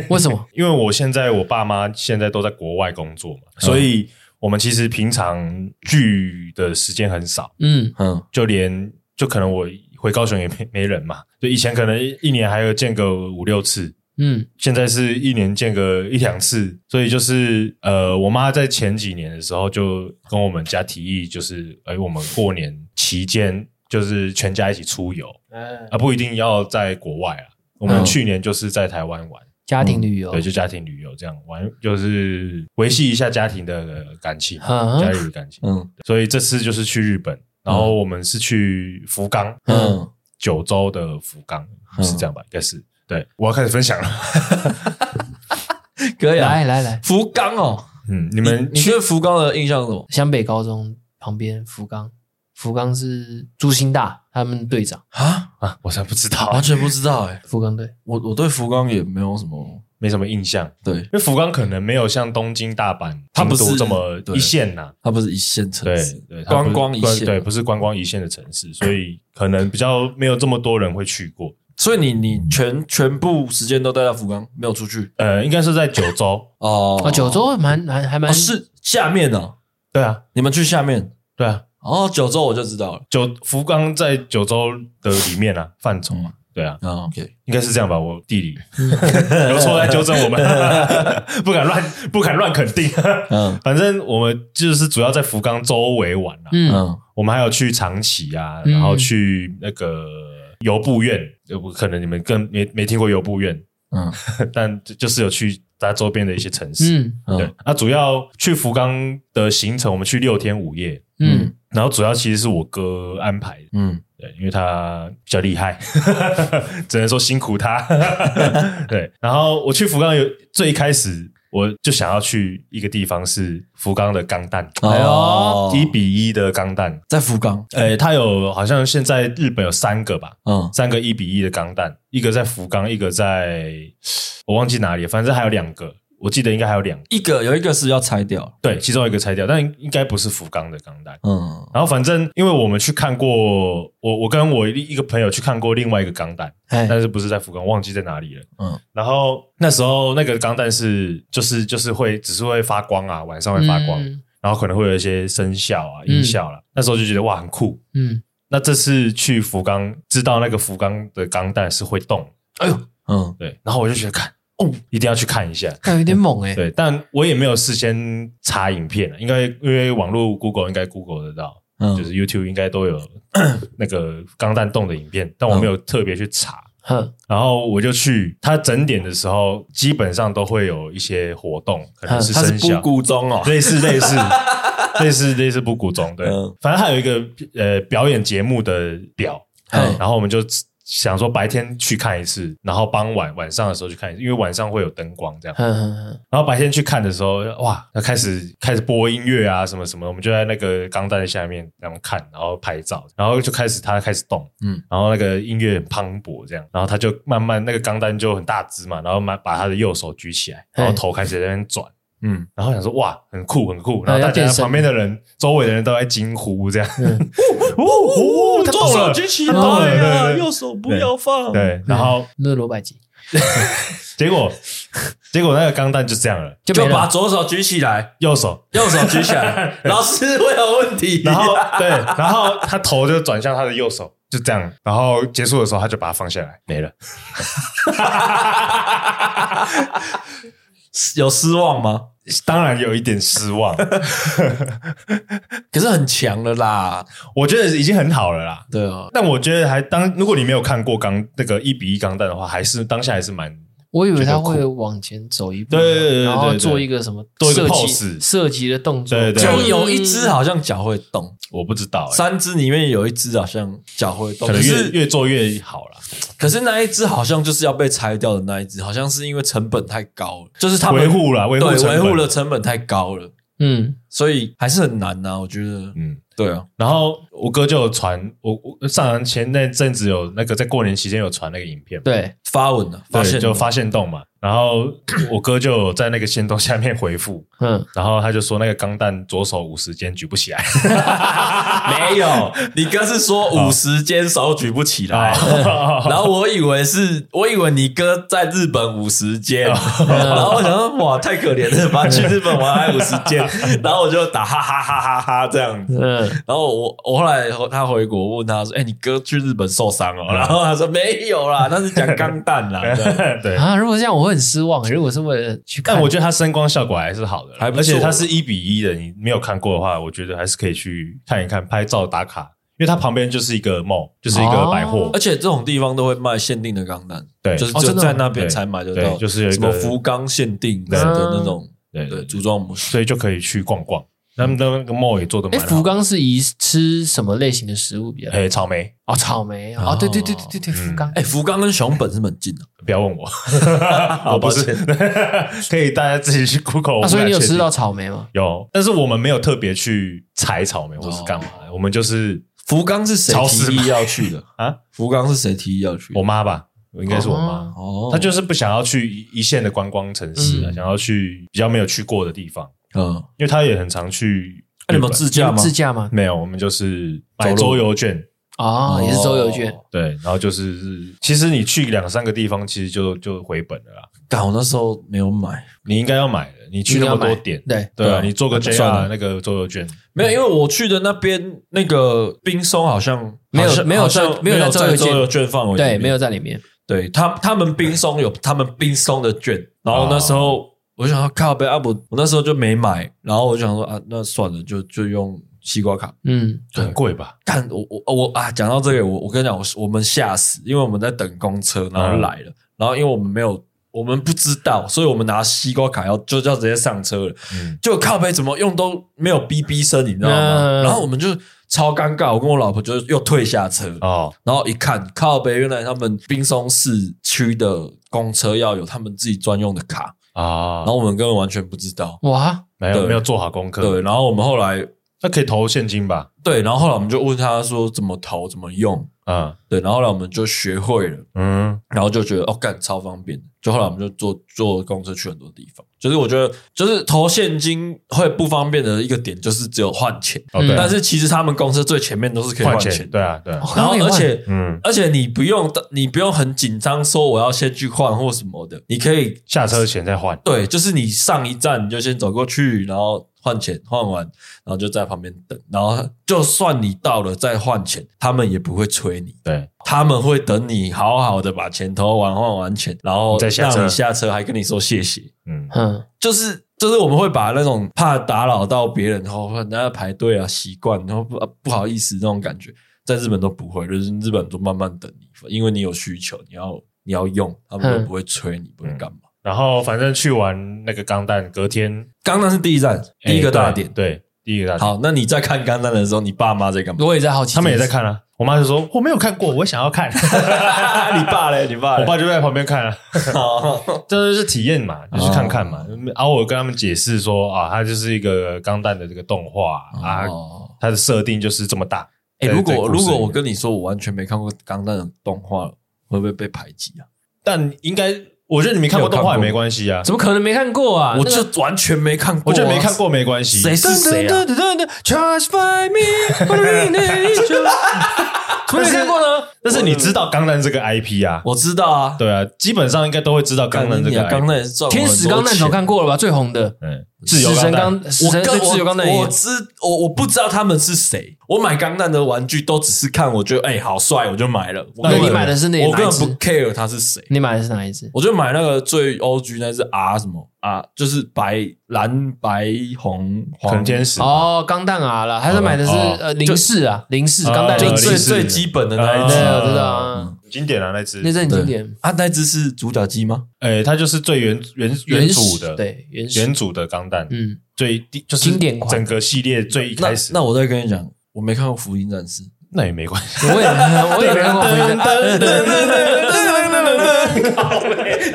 C: 为什么？
B: 因为我现在我爸妈现在都在国外工作嘛，
C: 嗯
B: 所以我们其实平常聚的时间很少，
C: 嗯
A: 嗯
B: 就连就可能我回高雄也没没人嘛，就以前可能一一年还有见个五六次。
C: 嗯
B: 现在是一年见个一两次，所以就是呃，我妈在前几年的时候就跟我们家提议，就是哎、我们过年期间就是全家一起出游
C: 嗯
B: 啊，不一定要在国外啊。我们
A: 嗯
B: 去年就是在台湾玩，
C: 家庭旅游，
B: 对，就家庭旅游这样玩，就是维系一下家庭的感情，
C: 嗯
B: 家里的感情。
A: 嗯
B: 所以这次就是去日本，然后我们是去福冈，嗯，
A: 嗯，
B: 九州的福冈
A: 嗯
B: 是这样吧？应该是。对，我要开始分享了。
A: 可以啊。
C: 来来来，
A: 福冈哦，
B: 嗯，你们
A: 你对福冈的印象是什么？
C: 湘北高中旁边福冈，福冈是朱兴大他们队长，
A: 啊，
B: 啊，我才不知道，
A: 完全不知道哎、
C: 福冈队。
A: 我我对福冈也没有什么
B: 没什么印象。
A: 对。
B: 因为福冈可能没有像东京、大阪、
A: 它不
B: 京都
A: 是
B: 这么
A: 对
B: 一线呐、
A: 它不是一线城
B: 对
A: 市，
B: 对，它不是
A: 观光一线，
B: 对，不是观光一线的城市，所以可能比较没有这么多人会去过。
A: 所以你
B: 嗯
A: 你全全部时间都待在福冈，没有出去
B: 呃，应该是在九州，
A: 哦
C: 啊，九州蛮蛮还蛮、
A: 哦是下面的、哦，
B: 对啊，
A: 你们去下面
B: 对啊，
A: 哦，九州我就知道了。
B: 九福冈在九州的里面啊，范畴啊，对啊，
A: 啊，OK，
B: 应该是这样吧，我地理有错来纠正我们，不敢乱不敢乱肯定。
A: 嗯
B: 反正我们就是主要在福冈周围玩啊，
C: 嗯
A: 嗯
B: 我们还有去长崎啊，
C: 嗯
B: 然后去那个游步院，呃不可能你们更没没听过游步院，
A: 嗯
B: 但就就是有去它周边的一些城市。
C: 嗯
B: 对
A: 嗯，，
B: 那、主要去福冈的行程，我们去六天五夜，
C: 嗯
B: 然后主要其实是我哥安排的，
A: 嗯，
B: 对，因为他比较厉害， 只能说辛苦他。 对，然后我去福冈有最一开始我就想要去一个地方是福冈的钢弹，
A: 哎呦
B: 一比一的钢弹，
A: 在福冈，
B: 呃，它有好像现在日本有三个吧，
A: 嗯
B: 三个一比一的钢弹，一个在福冈，一个在我忘记哪里了，反正还有两个，我记得应该还有两个，
A: 一个有一个是要拆掉，
B: 对，其中一个拆掉，但应该不是福冈的钢弹。
A: 嗯
B: 然后反正因为我们去看过，我我跟我一个朋友去看过另外一个钢弹，
C: 哎
B: 但是不是在福冈，忘记在哪里了。
A: 嗯
B: 然后那时候那个钢弹是就是就是会只是会发光啊，晚上会发光，
C: 嗯
B: 然后可能会有一些声效啊、音效啦、那时候就觉得哇很酷。
C: 嗯，
B: 那这次去福冈，知道那个福冈的钢弹是会动，
C: 哎呦，
A: 嗯
B: 对，然后我就觉得看哦，一定要去看一下。
C: 看有点猛哎、
B: 对，但我也没有事先查影片啊，应该因为网络 Google 应该 Google 得到，
A: 嗯，
B: 就是 YouTube 应该都有那个钢弹洞的影片，但我没有
A: 嗯
B: 特别去查。
C: 哼，
B: 然后我就去，它整点的时候基本上都会有一些活动，可能是
A: 嗯它是
B: 生
A: 布
B: 肖，
A: 谷中哦，
B: 类似类似 类似类似布谷钟，对
A: 嗯，
B: 反正还有一个呃表演节目的表，
A: 嗯
B: 然后我们就想说白天去看一次，然后傍晚晚上的时候去看一次，因为晚上会有灯光这样。
C: 哼哼哼，
B: 然后白天去看的时候，哇，那开始开始播音乐啊，什么什么，我们就在那个钢弹的下面然后看，然后拍照，然后就开始它开始动，
A: 嗯
B: 嗯，然后那个音乐很磅礴这样，然后它就慢慢那个钢弹就很大只嘛，然后慢把他的右手举起来，然后
C: 嘿
B: 头开始在那边转，
A: 嗯，
B: 然后想说哇，很酷很酷，
C: 那
B: 然
C: 要
B: 后大家
C: 变身
B: 旁边的人、周围的人都在惊呼这样，
C: 嗯
B: 哦哦，他动了，
A: 起
B: 来啊右
A: 手
B: 不要
A: 放
B: 对，然后
C: 那是罗百吉
B: 结果结果那个钢弹就这样了，
C: 就
A: 就
C: 没
A: 把
C: 了，
A: 左手举起来，
B: 右手，
A: 右手举起来， 老师会有问题，
B: 然后对，然后他头就转向他的右手，就这样，然后结束的时候他就把它放下来，没了。
A: 有失望吗？
B: 当然有一点失望，
A: 可是很强了啦，
B: 我觉得已经很好了啦。
A: 对啊，
B: 但我觉得还当如果你没有看过钢那个一比一钢弹的话，还是当下还是蛮
C: 我以为他
B: 觉
C: 会往前走一步，
B: 对对对对对
C: 然后做一个什么
B: 做一
C: 射
B: 个
C: 击
B: pose
C: 射击的动作，
B: 对对啊
A: 就
B: 对
A: 有一只啊好像脚会动，
B: 我不知道、欸，
A: 三只里面有一只好像脚会动，可
B: 可能越
A: 是
B: 越做越好了，
A: 可是那一只好像就是要被拆掉的那一只，好像是因为成本太高了，就是他们
B: 维护了维护
A: 对
B: 成
A: 维
B: 本
A: 护的成本太高了，
C: 嗯
A: 所以还是很难呐、我觉得，
B: 嗯。
A: 对啊，
B: 然后我哥就有传我我上前那阵子有那个在过年期间有传那个影片，
C: 对，
A: 发文了，发
B: 对，
A: 现
B: 就发现洞嘛。然后我哥就有在那个线洞下面回复，
C: 嗯
B: 然后他就说那个钢弹左手五十肩举不起来，
A: 没有，你哥是 说
B: 哦
A: 五十肩手举不起来。然后我以为是，我以为你哥在日本五十肩，
B: 哦
A: 然后我想说哇，太可怜了吧，去日本玩还五十 肩，然后我就打哈哈哈哈哈这样子。
C: 嗯，
A: 然后我我后来他回国问他说：“哎、你哥去日本受伤哦？”然后他说：“没有啦，那是讲钢弹啦。这样
B: 对。
C: 啊，如果这样我会很失望，欸如果是为了去看，
B: 但我觉得它声光效果还是好的啦，
A: 还不错
B: 而且它是一比一的，你没有看过的话，我觉得还是可以去看一看，拍照打卡，因为它旁边就是一个 mall，就是一个百货
A: 而，且这种地方都会卖限定的钢弹，
B: 对
A: 哦就是
C: 哦
A: 只有
C: 真的
A: 在
C: 吗
A: 那边
B: 对
A: 才买得
B: 对
A: 到，
B: 就是有一
A: 什么
B: 个
A: 福冈限定的那种
B: 对对
A: 对
B: 对，
A: 组装模式。
B: 所以就可以去逛逛。他们的那个 mall 也做的
C: 哎，
B: 蛮
C: 福
B: 好。
C: 冈是以吃什么类型的食物比较？
B: 哎，草莓，
C: 哦，草莓哦，
A: 哦
C: 对对对对对对，
B: 嗯
C: 福冈。
A: 哎，福冈跟熊本是不是很近啊的，
B: 不要问我，我不是， 可以大家自己去 Google 我不
C: 啊，
B: 敢确定。
C: 所以你有吃到草莓吗？
B: 有，但是我们没有特别去采草莓或是干嘛的，我们就是
A: 福冈是谁
B: 超市
A: 提议要去 的
B: 啊？
A: 福冈是谁提议要去的？
B: 我妈吧，应该是我妈。
C: 哦
A: 哦，
B: 她就是不想要去一一线的观光城市啊，
C: 嗯
B: 想要去比较没有去过的地方，
A: 嗯，
B: 因为她也很常去日
A: 那啊你
B: 本。
A: 们有自驾吗？
C: 自驾吗？
B: 没有，我们就是买
A: 走路
B: 周游券，
C: 哦，也是周游券。
A: 哦。
B: 对，然后就是其实你去两三个地方，其实就就回本了啦。
A: 干，我那时候没有买，
B: 你应该要买的，你去那么多点，
C: 对，
B: 对
A: 对
B: 啊，
A: 啊
B: 你做个
A: 算了
B: JR 那个周游券，
A: 没有，因为我去的那边那个冰松好像
C: 没有
A: 好像
C: 没有
A: 好像
C: 在
A: 没
C: 没有
A: 在
C: 在周游券
A: 周游券范围里
C: 对，
A: 面
C: 没有在里面。
A: 对他，他们冰松有他们冰松的券，然后那时候、我想要靠背啊不，我那时候就没买，然后我就想说啊，那算了，就就用西瓜卡。
C: 嗯，
B: 很贵吧？
A: 但我我我啊，讲到这个，我我跟你讲，我我们吓死，因为我们在等公车，然后来了，然后因为我们没有，我们不知道，所以我们拿西瓜卡要就就要直接上车了，
B: 嗯，
A: 就靠背怎么用都没有哔哔声，你知道吗？
C: 嗯
A: 然后我们就超尴尬，我跟我老婆就又退下车，
B: 哦，
A: 然后一看，靠北，原来他们冰松市区的公车要有他们自己专用的卡，
B: 啊
A: 然，后我们根本完全不知道。
C: 哇，
B: 没有
A: 对
B: 没有做好功课，
A: 对，然后我们后来
B: 那可以投现金吧？
A: 对，然后后来我们就问他说怎么投，怎么用。
B: 啊，
A: 对，然后后来我们就学会了，
B: 嗯，
A: 然后就觉得哦，干超方便的。就后来我们就坐坐公车去很多地方。就是我觉得，就是投现金会不方便的一个点，就是只有换钱。
B: 哦
C: 嗯
B: 对啊
A: 但，是其实他们公车最前面都是可以换
B: 换
A: 钱
B: 钱，
A: 的，
B: 对啊，对啊，
A: 然后而且
B: 嗯，
A: 而且你不用，你不用很紧张，说我要先去换或什么的，你可以
B: 下车前再换，
A: 对，就是你上一站你就先走过去，然后换钱，换完然后就在旁边等，然后就算你到了再换钱，他们也不会催你，
B: 对，
A: 他们会等你好好的把钱投完，换完钱，然后
B: 再下车
A: 让你下车，还跟你说谢谢，
B: 嗯，
C: 嗯，
A: 就是。就是我们会把那种怕打扰到别人，然后人家排队啊，习惯，然后不啊不好意思那种感觉，在日本都不会，就是日本都慢慢等你，因为你有需求，你要你要用，他们
C: 嗯
A: 都不会催你，不会干嘛。
B: 然后反正去完那个钢弹，隔天
A: 刚刚是第一站，第一
B: 哎
A: 个大
B: 对
A: 点，
B: 对，第一个大点，
A: 好，那你在看钢弹的时候，你爸妈在干嘛？
C: 我也在好奇，
B: 他们也在，看啊。我妈就说我没有看过，我想 要看，
A: 你爸嘞？哦你爸
B: 我爸就在旁边看啊。
A: 好
B: 这就是体验嘛，
A: 哦
B: 就去看看嘛。然后我跟他们解释说啊，它就是一个钢弹的这个动画 啊，
A: 哦，
B: 它的设定就是这么大。
A: 哎，
B: 对
A: 如
B: 对
A: 果
B: 故事
A: 如果
B: 里
A: 我
B: 面
A: 跟你说我完全没看过钢弹的动画，会不会被排挤啊？
B: 但应该，我觉得你没看过动画也没关系啊，
C: 怎么可能没看过啊？
A: 我
C: 那个
A: 就完全没看过，啊
B: 我觉得没看，过没关系。
A: 谁是谁啊？
C: 噔噔噔噔噔，Charge by me, b u r n i g 怎么没看过呢？
B: 但是你知道钢弹这个 IP 啊？
A: 我知道啊，
B: 对啊，基本上应该都会知道钢
A: 钢
B: 弹
A: 弹这
B: 这个
A: 个
B: IP。
A: 钢弹也赚我
C: 天
A: 很
C: 使
A: 多
C: 钢弹
A: 钱
C: 总看过了吧？最红的，
B: 嗯，自由
C: 死神
B: 钢弹。
C: 钢，死神
A: 我
C: 对自由钢弹也
A: 我知我我不知道他们是谁，我买钢弹的玩具都只是看，我觉得哎、好帅，我就买了。我
B: 那
A: 根
B: 你
A: 本
B: 买
C: 的是哪
A: 我根
C: 哪一
A: 本
C: 只
A: 不 care 他是谁，
C: 你买的是哪一只？
A: 我就买那个最 O G 那只 R 什么啊，就是白蓝白红
B: 可能
A: 黄
B: 天使
C: 哦，钢弹啊了，还是买的是
B: 哦
C: 呃零式啊，零式钢弹
B: 呃
A: 就
C: 零
B: 零
A: 最
C: 式，
B: 式
A: 最基本的那一只
C: 对，
B: 呃
C: 我知道啊，
B: 经典啊，那只
C: 那阵
A: 对
C: 经典，
A: 啊，那只是主角机吗？
B: 哎，它就是最原原原祖
C: 始
B: 的，，
C: 对原始，
B: 原祖的钢弹，
C: 嗯，
B: 最第就是
C: 经典款
B: 整个系列最一
A: 那
B: 开始。
A: 那我再跟你讲，我没看过《福音战士》。
B: 那也没关系。
C: 我也我也没看过回声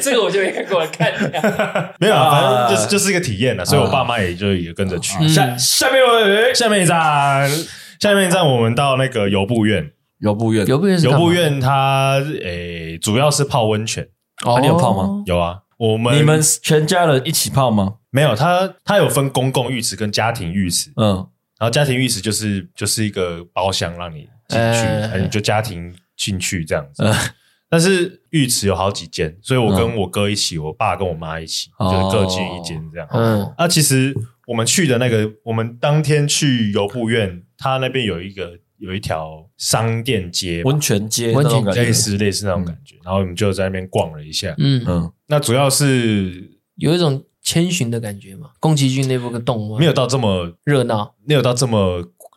C: 这个我就没看过，看
B: 没有啊，
A: 啊
B: 反正就是就是一个体验了，所以我爸妈也就也跟着去。
C: 嗯
A: 下下面我
B: 下面一站，下面一站我们到那个游步院，
A: 游步院，
C: 游步院是
B: 游
C: 干嘛
B: 步，院它诶、主要是泡温泉，
C: 哦
A: 啊你有泡吗？
B: 有啊。我们
A: 你们全家人一起泡吗？
B: 没有它，它有分公共浴池跟家庭浴池，
A: 嗯，
B: 然后家庭浴池就是就是一个包厢让你进去，
C: 哎
B: 哎你就家庭进去这样子。
A: 嗯
B: 但是浴池有好几间，所以我跟
A: 嗯
B: 我哥一起，我爸跟我妈一起，
A: 哦
B: 就是各进一间这样。
C: 嗯，
B: 啊，其实我们去的那个，我们当天去游步院，它那边有一个有一条商店街吧，
A: 温泉街
C: 温
A: 那
C: 泉
A: 种感觉
B: 类。似类似那种感觉。然后我们就在那边逛了一下。
C: 嗯，
A: 嗯，
B: 那主要是
C: 有一种千寻的感觉嘛，宫崎骏那部个动漫
B: 没有到这么
C: 热闹，
B: 没有到这么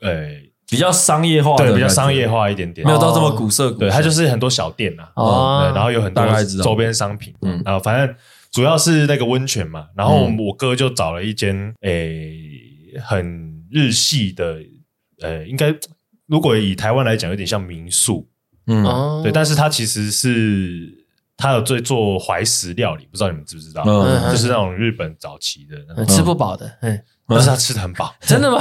B: 呃，
A: 比较商业化的感觉，
B: 对，比较商业化一点点
A: 没。有到
C: 哦
A: 这么古色古香。
B: 对，它就是很多小店呐、啊，
C: 哦
B: 对然后有很多
A: 大概知道
B: 周边商品，嗯
A: 嗯，
B: 然后反正主要是那个温泉嘛，然后
A: 嗯
B: 我哥就找了一间诶、很日系的，呃，应该如果以台湾来讲，有点像民宿，
A: 嗯
C: 哦，
B: 对，但是它其实是它有在做怀石料理，不知道你们知不知道，
A: 嗯
B: 就是那种日本早期的那
C: 嗯
B: 种，
C: 吃不饱的，嗯，
B: 但是它吃的很饱，
C: 真的吗？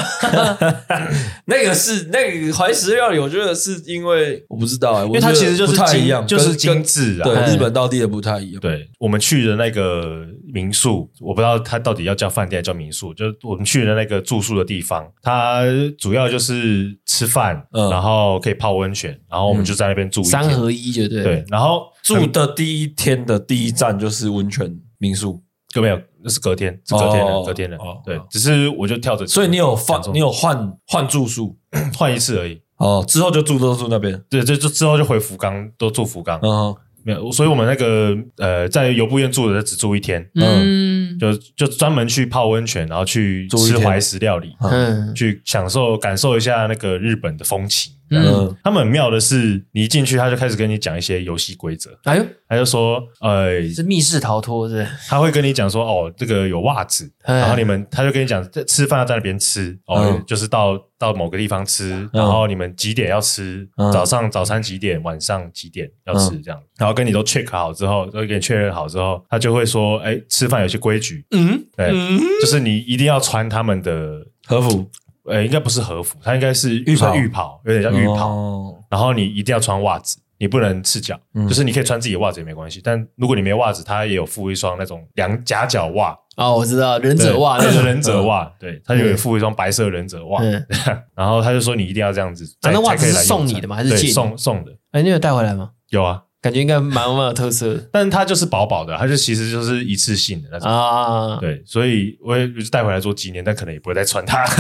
A: 那个是那个怀石料理，我觉得是因为我不知道、欸，因
B: 因为它其实就是
A: 不太
B: 精
A: 一样，
B: 就是
A: 跟
B: 精致啊，
A: 跟
C: 哎
A: 对日本到地的不太一样。
B: 对我们去的那个民宿，我不知道它到底要叫饭店还是叫民宿，就是我们去的那个住宿的地方，它主要就是吃饭，
A: 嗯
B: 然后可以泡温泉，然后我们就在那边住一天
C: 三合一就对了，
B: 对，然后
A: 住的第一天的第一站就是温泉民宿，
B: 呃就没有，那是隔天，是隔天的，
A: 哦
B: 隔天的，
A: 哦
B: 对
A: 哦，
B: 只是我就跳着吃，
A: 所以你有换
B: 两种
A: 你有换换住宿
B: 换一次而已。
A: 哦，之后就住都住那边。
B: 对，就就之后就回福冈，都住福冈，
A: 嗯，
B: 没有，所以我们那个呃，在游步院住的只住一天，
C: 嗯
B: 就就专门去泡温泉，然后去
A: 住一
B: 吃
A: 天
B: 怀石料理，
C: 嗯
B: 去享受感受一下那个日本的风情。
C: 嗯，
A: 嗯
B: 他们很妙的是，你一进去他就开始跟你讲一些游戏规则，
C: 哎呦，
B: 他就说，呃，
C: 是密室逃脱是不是？
B: 他会跟你讲说，哦，这个有袜子，
C: 哎
B: 然后你们他就跟你讲，这吃饭要在那边吃，哦，
A: 嗯
B: 就是到到某个地方吃，然后你们几点要吃，
A: 嗯
B: 早上早餐几点，晚上几点要吃这样，然后跟你都 check 好之后，都给你确认好之后，他就会说，哎，吃饭有些规矩，
C: 嗯
B: 对，
C: 嗯，
B: 就是你一定要穿他们的。
A: 和服
B: 呃，应该不是和服，它应该是
A: 浴袍
B: 算浴袍，有点像浴袍。
A: 哦
B: 然后你一定要穿袜子，你不能赤脚，
A: 嗯
B: 就是你可以穿自己的袜子也没关系。但如果你没袜子，它也有附一双那种两夹脚袜，
C: 哦，我知道忍
B: 对
C: 者袜那
B: 那
C: 种
B: 个，忍者
A: 嗯
B: 袜，对，它有附一双白色的忍者袜。
C: 嗯，
B: 然后他就说你一定要这样子，
C: 啊
B: 才
C: 那袜子
B: 才可以
C: 是
B: 来用
C: 送你
B: 餐
C: 的吗还是
B: 对
C: 借你
B: 送送的？
C: 哎，你有带回来吗？
B: 有啊，
C: 感觉应该蛮蛮有特色的
B: 但是它就是薄薄的，它就其实就是一次性的那种。
C: 啊，
B: 对，所以我也就带回来做纪念，但可能也不会再穿它。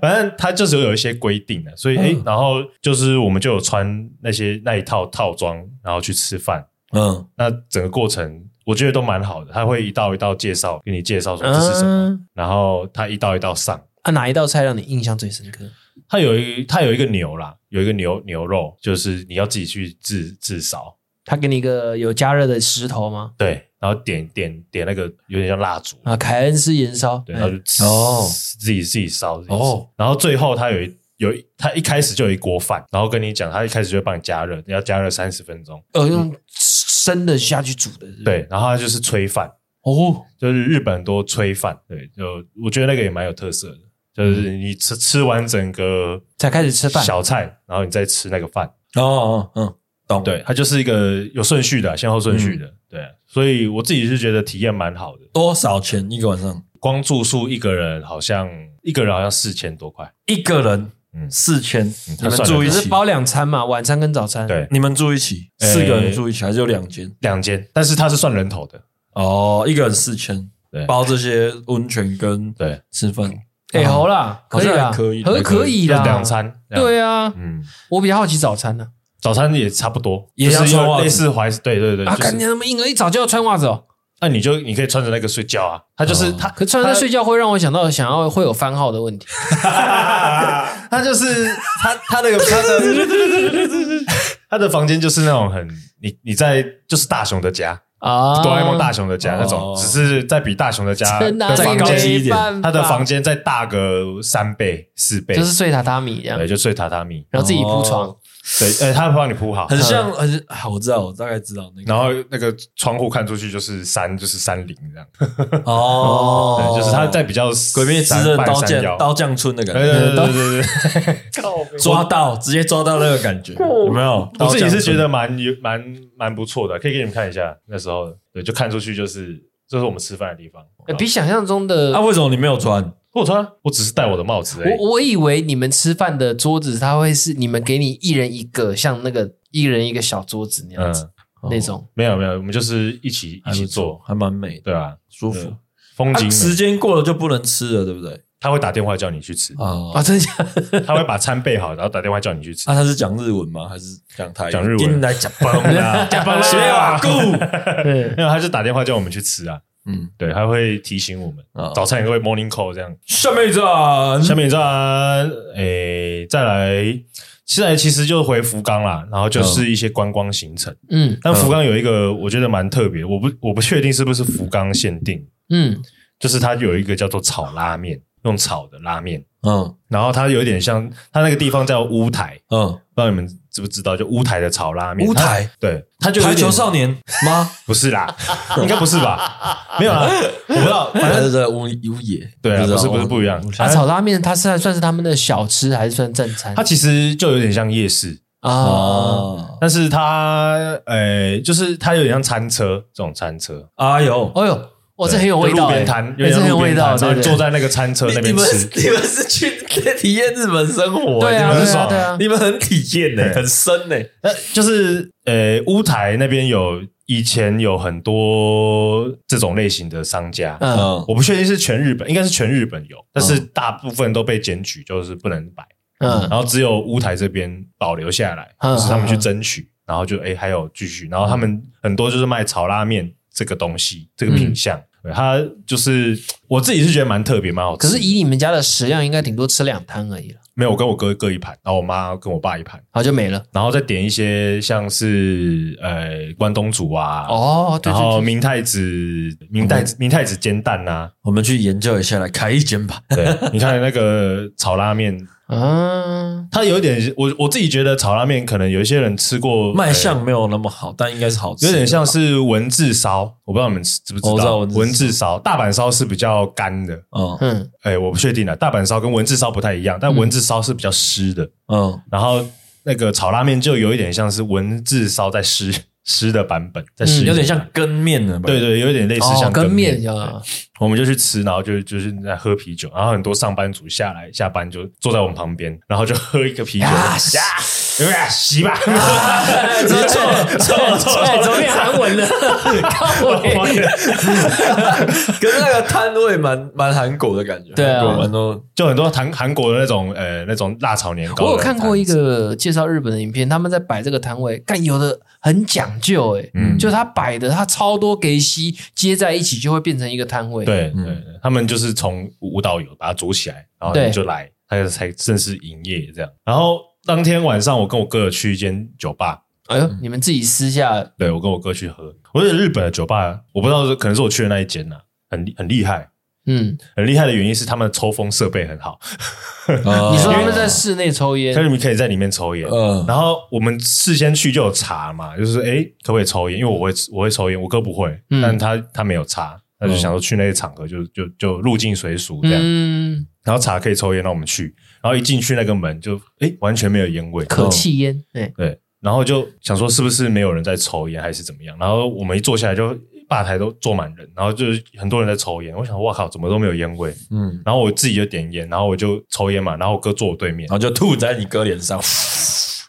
B: 反正它就是有一些规定的，所以诶，然后就是我们就有穿那些那一套套装，然后去吃饭。
A: 嗯
B: 那整个过程我觉得都蛮好的，他会一道一道介绍，给你介绍说这是什么，
C: 嗯
B: 然后他一道一道上。
C: 啊，哪一道菜让你印象最深刻？
B: 它有一它有一个牛啦，有一个牛牛肉，就是你要自己去自自烧，
C: 他给你一个有加热的石头吗？
B: 对，然后点点点那个有点像蜡烛，
C: 啊，凯恩斯盐烧，
B: 对，
C: 哎
B: 然后就
A: 哦
B: 自己自己烧，自己
A: 哦
B: 哦，然后最后它有一有一它一开始就有一锅饭，然后跟你讲，它一开始就会帮你加热，你要加热三十分钟，
C: 呃，用生的下去煮的，是不是，
B: 对，然后它就是炊饭，
C: 哦，
B: 就是日本很多炊饭，对，就我觉得那个也蛮有特色的，就是你吃吃完整个
C: 才开始吃饭，
B: 小菜，然后你再吃那个饭。
A: 哦哦嗯，懂
B: 对，它就是一个有顺序的，先后顺序的，对，啊所以我自己是觉得体验蛮好的。
A: 多少钱一个晚上？
B: 光住宿一个人好像一个人好像四千多块，
A: 一个人
B: 嗯
A: 四千，
B: 嗯
A: 你们
B: 他算
A: 住
B: 了
A: 一
C: 只
A: 起
C: 是，包两餐嘛，晚餐跟早餐，
B: 对，
A: 你们住一起，
B: 呃
A: 四个人住一起还是有两间？
B: 两间，但是它是算人头的，
A: 哦，一个人四千
B: 对，
A: 包这些温泉跟
B: 对，
A: 吃饭。哦
C: 哎，
B: 啊
C: 好啦，
A: 好
C: 可以
A: 像
C: 啦，
A: 还可以
C: 可
A: 还
C: 可
A: 可
C: 以
A: 以
B: 就是
C: 啦，
B: 两，餐，这样，
C: 对啊，
B: 嗯，
C: 我比较好奇早餐呢，
B: 早餐也差不多，
A: 也要
B: 就是
A: 穿袜
B: 有
A: 子
B: 类似怀，对对对，
C: 啊，
B: 就
C: 看
B: 是
C: 你那么硬了，一早就要穿袜子哦，
B: 那你就你可以穿着那个睡觉啊，它就是
A: 哦
B: 它，
C: 可穿
B: 它
C: 着睡觉会让我想到想要会有番号的问题，
B: 它就是它它那个它的它的房间就是那种很你你在就是大雄的家，
C: 啊，
B: 哆啦 A 梦大雄的家那种
A: 哦，
B: 只是在比大雄的家
C: 真的
B: 的
A: 再
B: 房
A: 高级
B: 间，
A: 一点
B: 他的房间再大个三倍四倍，
C: 就是睡榻榻米这样
B: 对，，就睡榻榻米，
C: 然后自己铺床
A: 哦，
B: 对，呃，他会帮你铺好，
A: 很像，很啊，我知道，我大概知道那
B: 然后那个窗户看出去就是山，就是山林这样，
A: 个哦
B: 对，就是他在比较
A: 《鬼灭之刃》
B: 山
A: 刀
B: 半山腰
A: 匠刀匠村的感
B: 对对
A: 觉，
B: 对对对对，
A: 抓到直接抓到那个感觉，有没有？
B: 我自己是觉
A: 刀匠村
B: 得蛮有蛮蛮不错的，可以给你们看一下那时候的，对，就看出去就是这是我们吃饭的地方，
C: 呃比想象中的
A: 啊，为什么你没有穿？
B: 我穿，啊我只是戴我的帽子而已，
C: 我我以为你们吃饭的桌子，它会是你们给你一人一个，像那个一人一个小桌子那样子、
B: 嗯，
C: 那种。
B: 没有没有，我们就是一起一
A: 哦还
B: 起
A: 不
B: 做
A: 错，，还蛮美的，
B: 对吧？
A: 舒
B: 对
A: 服。
B: 风景
A: 啊
B: 美
A: 时间过了就不能吃了，对不对？
B: 他会打电话叫你去吃，
C: 啊，
A: 啊，
C: 真的假的？
B: 他会把餐备好，然后打电话叫你 去吃。
A: 那他是讲日文吗？还是讲台语？
B: 讲日文
A: 进来讲崩 啦，
B: 加班
A: 学瓦固。
C: 对
B: 啊没有，他就打电话叫我们去吃啊。
A: 嗯，
B: 对，他会提醒我们
A: 哦，
B: 早餐也会 morning call 这样。
A: 下面一站，
B: 下面一站，诶，呃再来，现在其实就回福冈啦，然后就是一些观光行程。
C: 嗯
B: 但福冈有一个我觉得蛮特别，我不我不确定是不是福冈限定，
C: 嗯，
B: 就是它有一个叫做炒拉面。用炒的拉面，
A: 嗯
B: 然后它有点像它那个地方叫乌台，
A: 嗯，
B: 不知道你们知不知道？就乌台的炒拉面，
A: 乌台
B: 它对，它就有
A: 排
B: 点
A: 球少年吗？
B: 不是啦， 应该不是吧？没有啦，我不知道，反
A: 还
B: 正
A: 是在乌乌野？
B: 啊对啊，
A: 知道
B: 不是不是不一样，
C: 啊，
B: 反正
C: 炒拉面它是算是他们的小吃还是算正餐
B: 它其实就有点像夜市，
C: 啊？
A: 啊！
B: 但是它呃，就是它有点像餐车这种餐车，
A: 哎呦，
C: 哎呦，哇，这很有
B: 就
C: 味道
B: 路
C: 欸，
B: 边摊，有
C: 哎
B: 点
C: 这
B: 像
C: 很有
B: 路边
C: 味道，
B: 摊然
C: 对
B: 后
C: 对
B: 你坐在那个餐车那
A: 你
B: 边
A: 们
B: 吃，
A: 你们是去体验日本生活，
C: 对
A: 你
C: 啊，
B: 很
A: 们
C: 对
A: 是
C: 啊，
B: 爽
C: 对啊，
A: 你们很体验呢，
B: 对
A: 很深呢。
B: 那就是呃，乌台那边有以前有很多这种类型的商家，
C: 嗯，
A: 嗯
B: 我不确定是全日本，应该是全日本有，但是大部分都被检举，就是不能摆。
C: 嗯
B: 然后只有乌台这边保留下来，
C: 嗯
B: 就是他们去争取，然后就哎还有继续，然后他们很多就是卖炒拉面这个东西，这个品
C: 嗯
B: 相，对它就是我自己是觉得蛮特别，蛮好吃
C: 可
B: 的。
C: 是以你们家的食量，应该顶多吃两摊而已了，
B: 没有，我跟我哥各一盘，然后我妈跟我爸一盘，
C: 然后就没了。
B: 然后再点一些像是呃关东煮啊，
C: 哦，对
B: 然
C: 对
B: 后
C: 对，嗯
B: 明太子明太子明太子煎 蛋呐、
A: 我们去研究一下，来开一间吧。
B: 对，你看那个炒拉面，
C: 嗯，
B: 它有点我我自己觉得炒拉面可能有一些人吃过
A: 卖
B: 呃
A: 相没有那么好，但应该是好吃的
B: 有
A: 吧，
B: 点像是文字烧，我不知道你们知不
A: 哦我
B: 知
A: 知道
B: 道。
A: 文字烧
B: 文字烧，大阪烧是比较干的，
A: 嗯
C: 嗯，
B: 哎，我不确定了。大阪烧跟文字烧不太一样，但文字烧是比较湿的。
A: 嗯
B: 然后那个炒拉面就有一点像是文字烧在湿 湿的版本，在湿、
A: 有点像。羹面的吧？
B: 对对，有点类似
C: 哦
B: 像，
C: 跟
B: 面
C: 面一。样，
B: 我们就去吃，然后就就是在喝啤酒，然后很多上班族下来下班就坐在我们旁边，然后就喝一个啤酒，呀，啊洗吧，哎
A: 你错了错了错了
C: 哎，怎么变韩文了？靠我！
A: 可是那个摊位蛮蛮韩国的感觉，
C: 对啊
A: 韩国蛮多
B: 就很多韩韩国的那种呃那种辣炒年糕。
C: 我有看过一，个介绍日本的影片，他们在摆这个摊位，干有的很讲究、欸，
B: 嗯
C: 就他摆的，他超多给息接在一起，就会变成一个摊位。，
B: 对
A: 嗯
B: 对，他们就是从舞蹈友把它组起来，然后
C: 对
B: 你就来，他就才正式营业这样。然后当天晚上，我跟我哥有去一间酒吧，
C: 哎呦，你们自己私下
B: 对我跟我哥去喝。我觉得日本的酒吧，我不知道是可能是我去的那一间呐、很厉很厉害，
C: 嗯，
B: 很厉害的原因是他们的抽风设备很好，呃
A: 哦
C: 你说他们在室内抽
B: 所以
C: 烟，
B: 你可以在里面抽烟。
A: 嗯
B: 然后我们事先去就有查嘛，就是诶可不可以抽烟？因为我会我会抽烟，我哥不会，
C: 嗯
B: 但他他没有查，他就想说去那些场合就就就入境随俗这样。
C: 嗯，
B: 然后茶可以抽烟，让我们去。然后一进去那个门就哎完全没有烟味，
C: 可气烟，哎、
B: 对。然后就想说是不是没有人在抽烟还是怎么样？然后我们一坐下来就吧台都坐满人，然后就是很多人在抽烟。我想哇靠，怎么都没有烟味？
A: 嗯，
B: 然后我自己就点烟，然后我就抽烟嘛。然后我哥坐我对面
A: 然，后就吐在你哥脸上，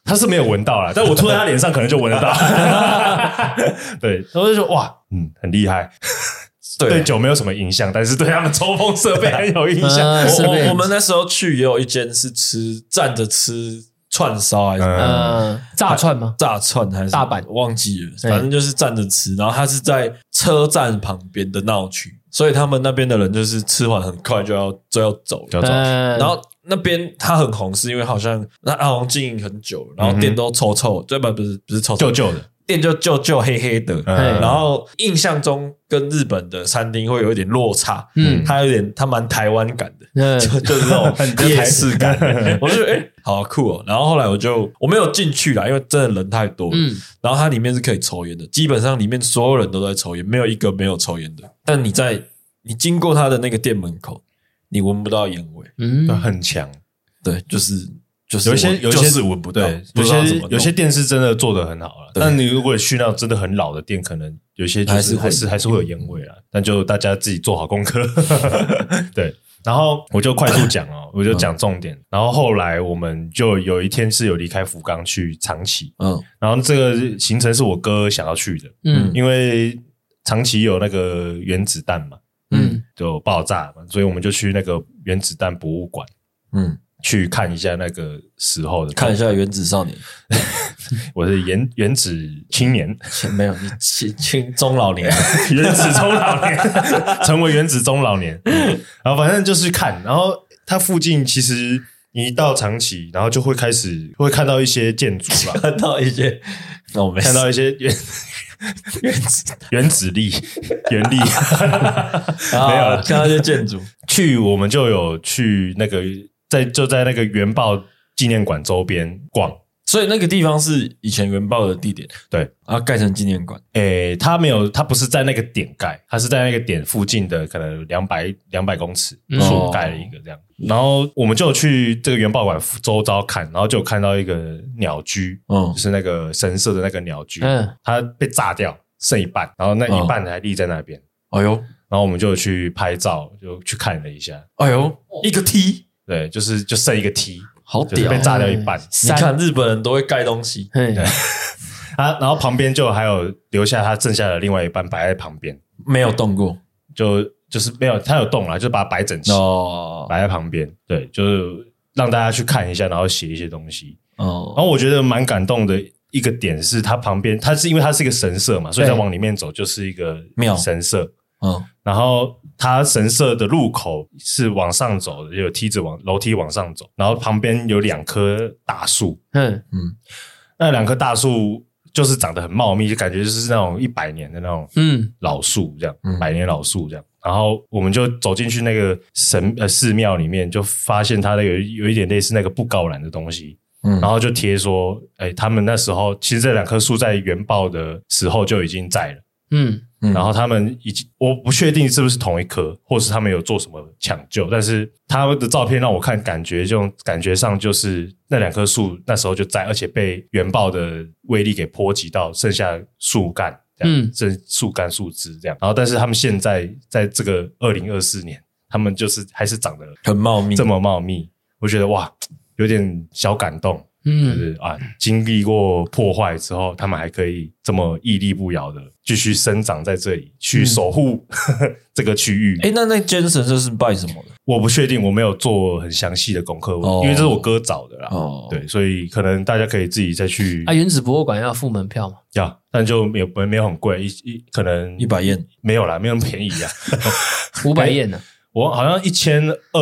B: 他是没有闻到啦，但我吐在他脸上可能就闻得到。 对，然后就说哇，嗯，很厉害。对
A: 对。
B: 酒没有什么影响，但是对他们抽风设备很有影响。
C: 嗯
A: 我
C: 设备
A: 我我们那时候去也有一间是吃站着吃串烧还是
B: 嗯
C: 呃，炸串吗？
A: 炸串还是
C: 大阪
A: 忘记了，
C: 对
A: 反正就是站着吃。然后它是在车站旁边的闹区，所以他们那边的人就是吃完很快就要就要走了。
B: 叫做
C: 嗯，
A: 然后那边它很红，是因为好像那它好像经营很久了，然后店都臭臭，对吧？不是不是臭臭
B: 旧，旧的，
A: 店就旧旧黑黑的。
C: 嗯
A: 然后印象中跟日本的餐厅会有一点落差，
C: 嗯
A: 它有点它蛮台湾感的，
C: 嗯
A: 就就是 那种夜市感。我就觉得哎、诶好酷哦。然后后来我就我没有进去啦，因为真的人太多了。
C: 嗯
A: 然后它里面是可以抽烟的，基本上里面所有人都在抽烟，没有一个没有抽烟的。但你在你经过它的那个店门口，你闻不到烟味，
B: 对
C: 嗯，
B: 很强。
A: 对，就是就是
B: 有一些
A: 闻
B: 有一
A: 就
B: 些
A: 是闻不到，
B: 对，
A: 不
B: 有
A: 知道怎么
B: 些
A: 弄
B: 有些店是真的做的很好了，
A: 对
B: 但你如果去那种真的很老的店，可能有些就
A: 还是
B: 是
A: 会
B: 还是还是会有烟味啊。但就大家自己做好 功课，对。然后我就快速讲
A: 嗯
B: 哦，我就讲重点。然后后来我们就有一天是有离开福冈去长崎，
A: 嗯
B: 然后这个行程是我哥想要去的，
C: 嗯
B: 因为长崎有那个原子弹嘛，
C: 嗯
B: 就爆炸嘛，所以我们就去那个原子弹博物馆
A: 嗯，
B: 去看一下那个时候的
A: 看一下《原子少年
B: 我是原原子青年，》
A: 没有，你青青中老年
B: 原子中老年， 成为原子中老年。嗯然后反正就是看，然后它附近其实 你一到长崎，然后就会开始会看到一些建筑吧，
A: 看到一些那我没
B: 看到一些原原子原子力原力，
A: 啊
B: 没有了
A: 看到一些建 筑，
B: 去我们就有去那个在就在那个元爆纪念馆周边逛，
A: 所以那个地方是以前原爆的地点，
B: 对，
A: 然后盖成纪念馆，
B: 诶、它没有，它不是在那个点盖，它是在那个点附近的可能两百两百公尺
C: 嗯
B: 处盖了一个
A: 哦
B: 这样。然后我们就有去这个元宝馆周遭看，然后就有看到一个鸟居，
A: 嗯
B: 就，是那个神社的那个鸟居，
C: 嗯，
B: 它被炸掉，剩一半，然后那
A: 哦
B: 一半还立在那边。
A: 哎呦，
B: 然后我们就有去拍照，就去看了一下，
A: 哎呦，一个 T，
B: 对，就是就剩一个梯，
A: 好
B: 就是
A: 屌啊
B: 被！炸掉一半。
A: 你看日本人都会盖东西，
C: 嘿，
B: 啊，然后旁边就还有留下它剩下的另外一半摆在旁边，
A: 没有动过
B: 就就是没有它有动了，就把它摆整齐。
A: 哦
B: 摆在旁边，对，就是让大家去看一下，然后写一些东西。然
A: 哦，
B: 后我觉得蛮感动的一个点是，它旁边它是因为它是一个神社嘛，所以再往里面走就是一个
A: 庙
B: 神社。
A: 嗯
B: 然后它神社的入口是往上走的，有梯子往楼梯往上走，然后旁边有两棵大树，
C: 嗯，
A: 嗯，
B: 那两棵大树就是长得很茂密，就感觉就是那种一百年的那种
C: 嗯，
B: 老树这样
A: 嗯，
B: 百年老树这样。然后我们就走进去那个神呃寺庙里面，就发现它那个有有一点类似那个布告栏的东西，
A: 嗯
B: 然后就贴说，哎，他们那时候其实这两棵树在原爆的时候就已经在了，
C: 嗯，
A: 嗯
B: 然后他们已经我不确定是不是同一棵，或是他们有做什么抢救，但是他们的照片让我看，感觉就感觉上就是那两棵树那时候就在，而且被原爆的威力给波及到剩下树干，嗯
C: 嗯，
B: 这嗯树干树枝这样。然后，但是他们现在在这个二零二四年，他们就是还是长得
A: 很茂密
B: 这，么茂密，我觉得哇，有点小感动，就
C: 嗯，
B: 是啊，经历过破坏之后，他们还可以这么屹立不摇的继续生长在这里，去
A: 嗯
B: 守护、 这个区域。
A: 哎，那那坚神社是拜什么的？
B: 我不确定，我没有做很详细的功课，
A: 哦
B: 因为这是我哥找的啦。
A: 哦，哎
B: 对，所以可能大家可以自己再去
C: 啊，原子博物馆要付门 票嘛？
B: 要，但就没有没有很贵，一一可能
A: 一百宴
B: 没有啦，没有那么便宜啊。
C: 五百页呢？
B: 我好像一千二，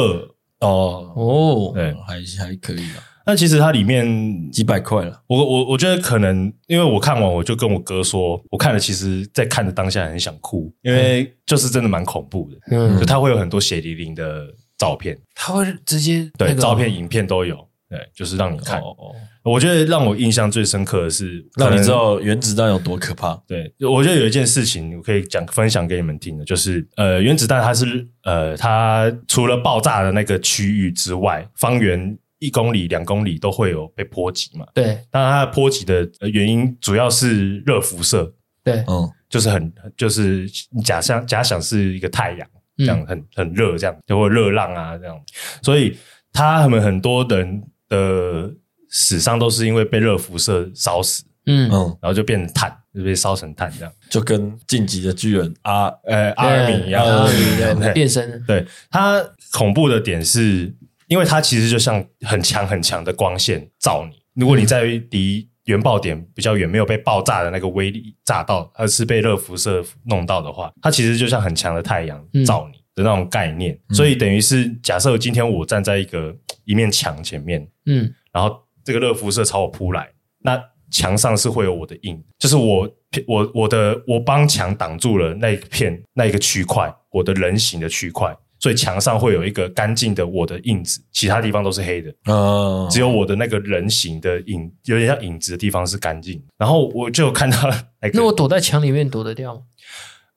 A: 哦，
C: 哦，
B: 对。
A: 还还可以啊啦，
B: 那其实它里面，
A: 几百块了，
B: 我我我觉得可能，因为我看完我就跟我哥说，我看了，其实在看的当下很想哭，因
A: 嗯
B: 为就是真的蛮恐怖的，
C: 嗯
B: 就，它会有很多血淋淋的照片，
C: 他会直接
B: 对，
C: 那个
B: 照片、影片都有，对，就是让你看。
A: 哦哦，
B: 我觉得让我印象最深刻的是，
A: 让你知
B: 可能。
A: 道原子弹有多可怕。
B: 对，我觉得有一件事情我可以讲分享给你们听的，就是呃，原子弹它是呃，它除了爆炸的那个区域之外，方圆一公里、两公里都会有被波及嘛。
C: 对
B: 那它的波及的呃原因主要是热辐射，
C: 对，
B: 哦
A: 嗯，
B: 就是很就是你假想假想是一个太阳，这样
C: 嗯
B: 很很热，这样就会热浪啊这样，所以他们很多人的死伤都是因为被热辐射烧死，
C: 嗯
A: 嗯，
B: 然后就变成碳，就被烧成碳这样。
A: 就跟晋级的巨人啊，
B: 呃，阿尔敏一样，
C: 阿尔
B: 对
C: 敏对
B: 对
C: 变身了，
B: 对，它恐怖的点是，因为它其实就像很强很强的光线照你，如果你在离原爆点比较远，没有被爆炸的那个威力炸到，而是被热辐射弄到的话，它其实就像很强的太阳
C: 嗯
B: 照你的那种概念。所以等于是，假设今天我站在一个一面墙前面，
C: 嗯
B: 然后这个热辐射朝我扑来，那墙上是会有我的印，就是我我我的我帮墙挡住了那一片那一个区块，我的人形的区块，所以墙上会有一个干净的我的印子，其他地方都是黑的，
A: 呃，
B: 只有我的那个人形的影，有点像影子的地方是干净。然后我就有看到那个，
C: 那我躲在墙里面躲得掉吗？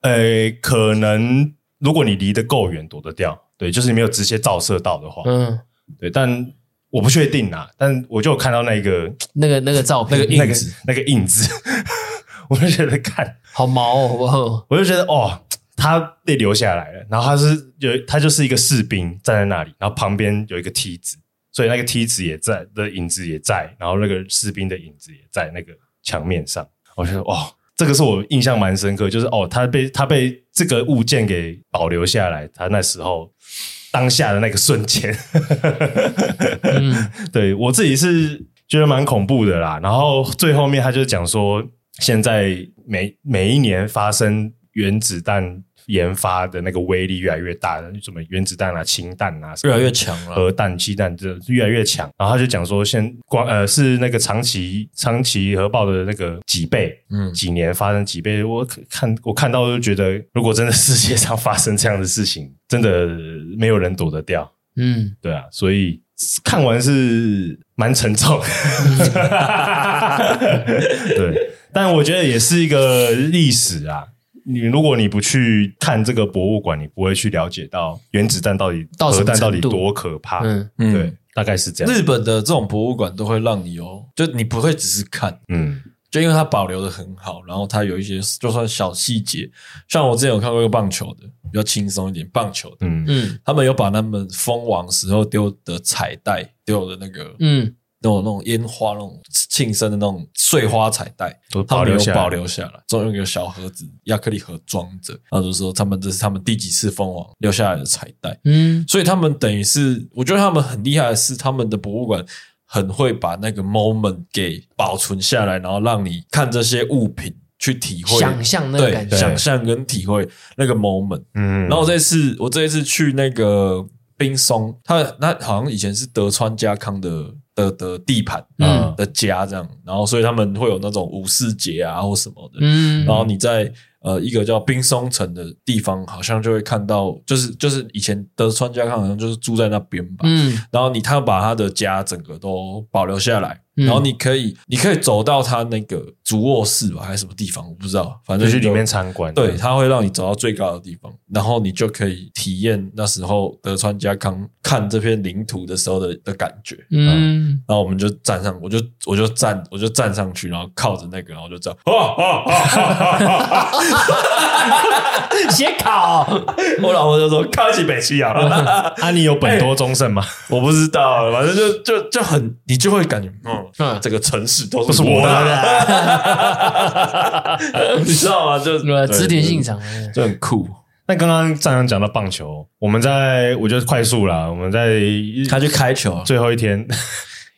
B: 呃，可能如果你离得够远，躲得掉。对，就是你没有直接照射到的话，
C: 嗯，
B: 对，但我不确定啦，但我就有看到那个
C: 那个那个照片，嗯
B: 那个，那个印子， 我就觉得看，
C: 好毛哦，好不好？
B: 我就觉得哦，他被留下来了。然后他是有，他就是一个士兵站在那里，然后旁边有一个梯子，所以那个梯子也在的影子也在，然后那个士兵的影子也在那个墙面上。我就说哦，这个是我印象蛮深刻，就是哦，他被他被这个物件给保留下来，他那时候当下的那个瞬间。
C: 嗯
B: 对我自己是觉得蛮恐怖的啦。然后最后面他就讲说，现在每每一年发生原子弹研发的那个威力越来越大，什么原子弹啊、氢弹啊，
A: 越来越强了。
B: 核弹、鸡蛋这越来越强。然后他就讲说现，光呃是那个长崎长崎核爆的那个几倍，
A: 嗯
B: 嗯，几年发生几倍。我看 我看到就觉得，如果真的世界上发生这样的事情，真的没有人躲得掉，
C: 嗯，
B: 对啊。所以看完是蛮 沉重，对，但我觉得也是一个历史啊。你如果你不去看这个博物馆，你不会去了解到原子弹到底、
C: 到什
B: 核
C: 么
B: 弹到底
C: 程度
B: 多可怕。
C: 嗯，
A: 嗯
B: 对，，大概是这样。
A: 日本的这种博物馆都会让你有，就你不会只是看，
B: 嗯
A: 就因为它保留的很好，然后它有一些就算小细节，像我之前有看过一个棒球的，比较轻松一点棒球的，
B: 嗯
C: 嗯
A: 他们有把他们封王时候丢的彩带、丢的那个
C: 嗯，
A: 那种那种烟花、那种庆生的那种碎花彩带
B: 都，
A: 他
B: 保
A: 们
B: 留
A: 有
B: 下来
A: 保留下来，总有一个小盒子、亚克力盒装着，然后就说他们这是他们第几次封王留下来的彩带。
C: 嗯
A: 所以他们等于是，我觉得他们很厉害的是，他们的博物馆很会把那个 moment 给保存下来，然后让你看这些物品去体会，
C: 想象那个感觉
A: 对想象跟体会那个 moment。
B: 嗯
A: 然后我这次我这一次去那个冰松，他那好像以前是德川家康的的的地盘，
C: 嗯
A: 的家这样，然后所以他们会有那种武士节啊或什么的，
C: 嗯
B: 哦
A: 然后你在呃一个叫冰松城的地方，好像就会看到，就是就是以前德川家康好像就是住在那边吧。
C: 嗯
A: 然后你他把他的家整个都保留下来，
C: 嗯
A: 然后你可以你可以走到他那个主卧室吧，还是什么地方，我不知道，反
B: 就
A: 正
B: 去里
A: 有
B: 面参观。嗯
A: 对，它会让你走到最高的地方，然后你就可以体验那时候德川家康看这片领土的时候的的感觉。
C: 嗯，
A: 然后我们就站上，我就我就站我就站上去，然后靠着那个，然后就这样，啊啊啊啊啊啊！
C: 写考，
A: 我老婆就说靠起北西洋，
B: 啊，你有本多忠胜吗？
A: 我不知道，啊反正就就就很，你就会感觉，嗯，
C: 嗯
A: 这个城市都
B: 都
A: 是
B: 是我
A: 我啊
C: 的
A: 的， 你知道吗？就
C: 呃，织田信
A: 长
C: 长，
A: 就很酷，
B: 那刚刚张扬讲到棒球，我们在我就快速啦，我们在
A: 他去开球，啊
B: 最后一天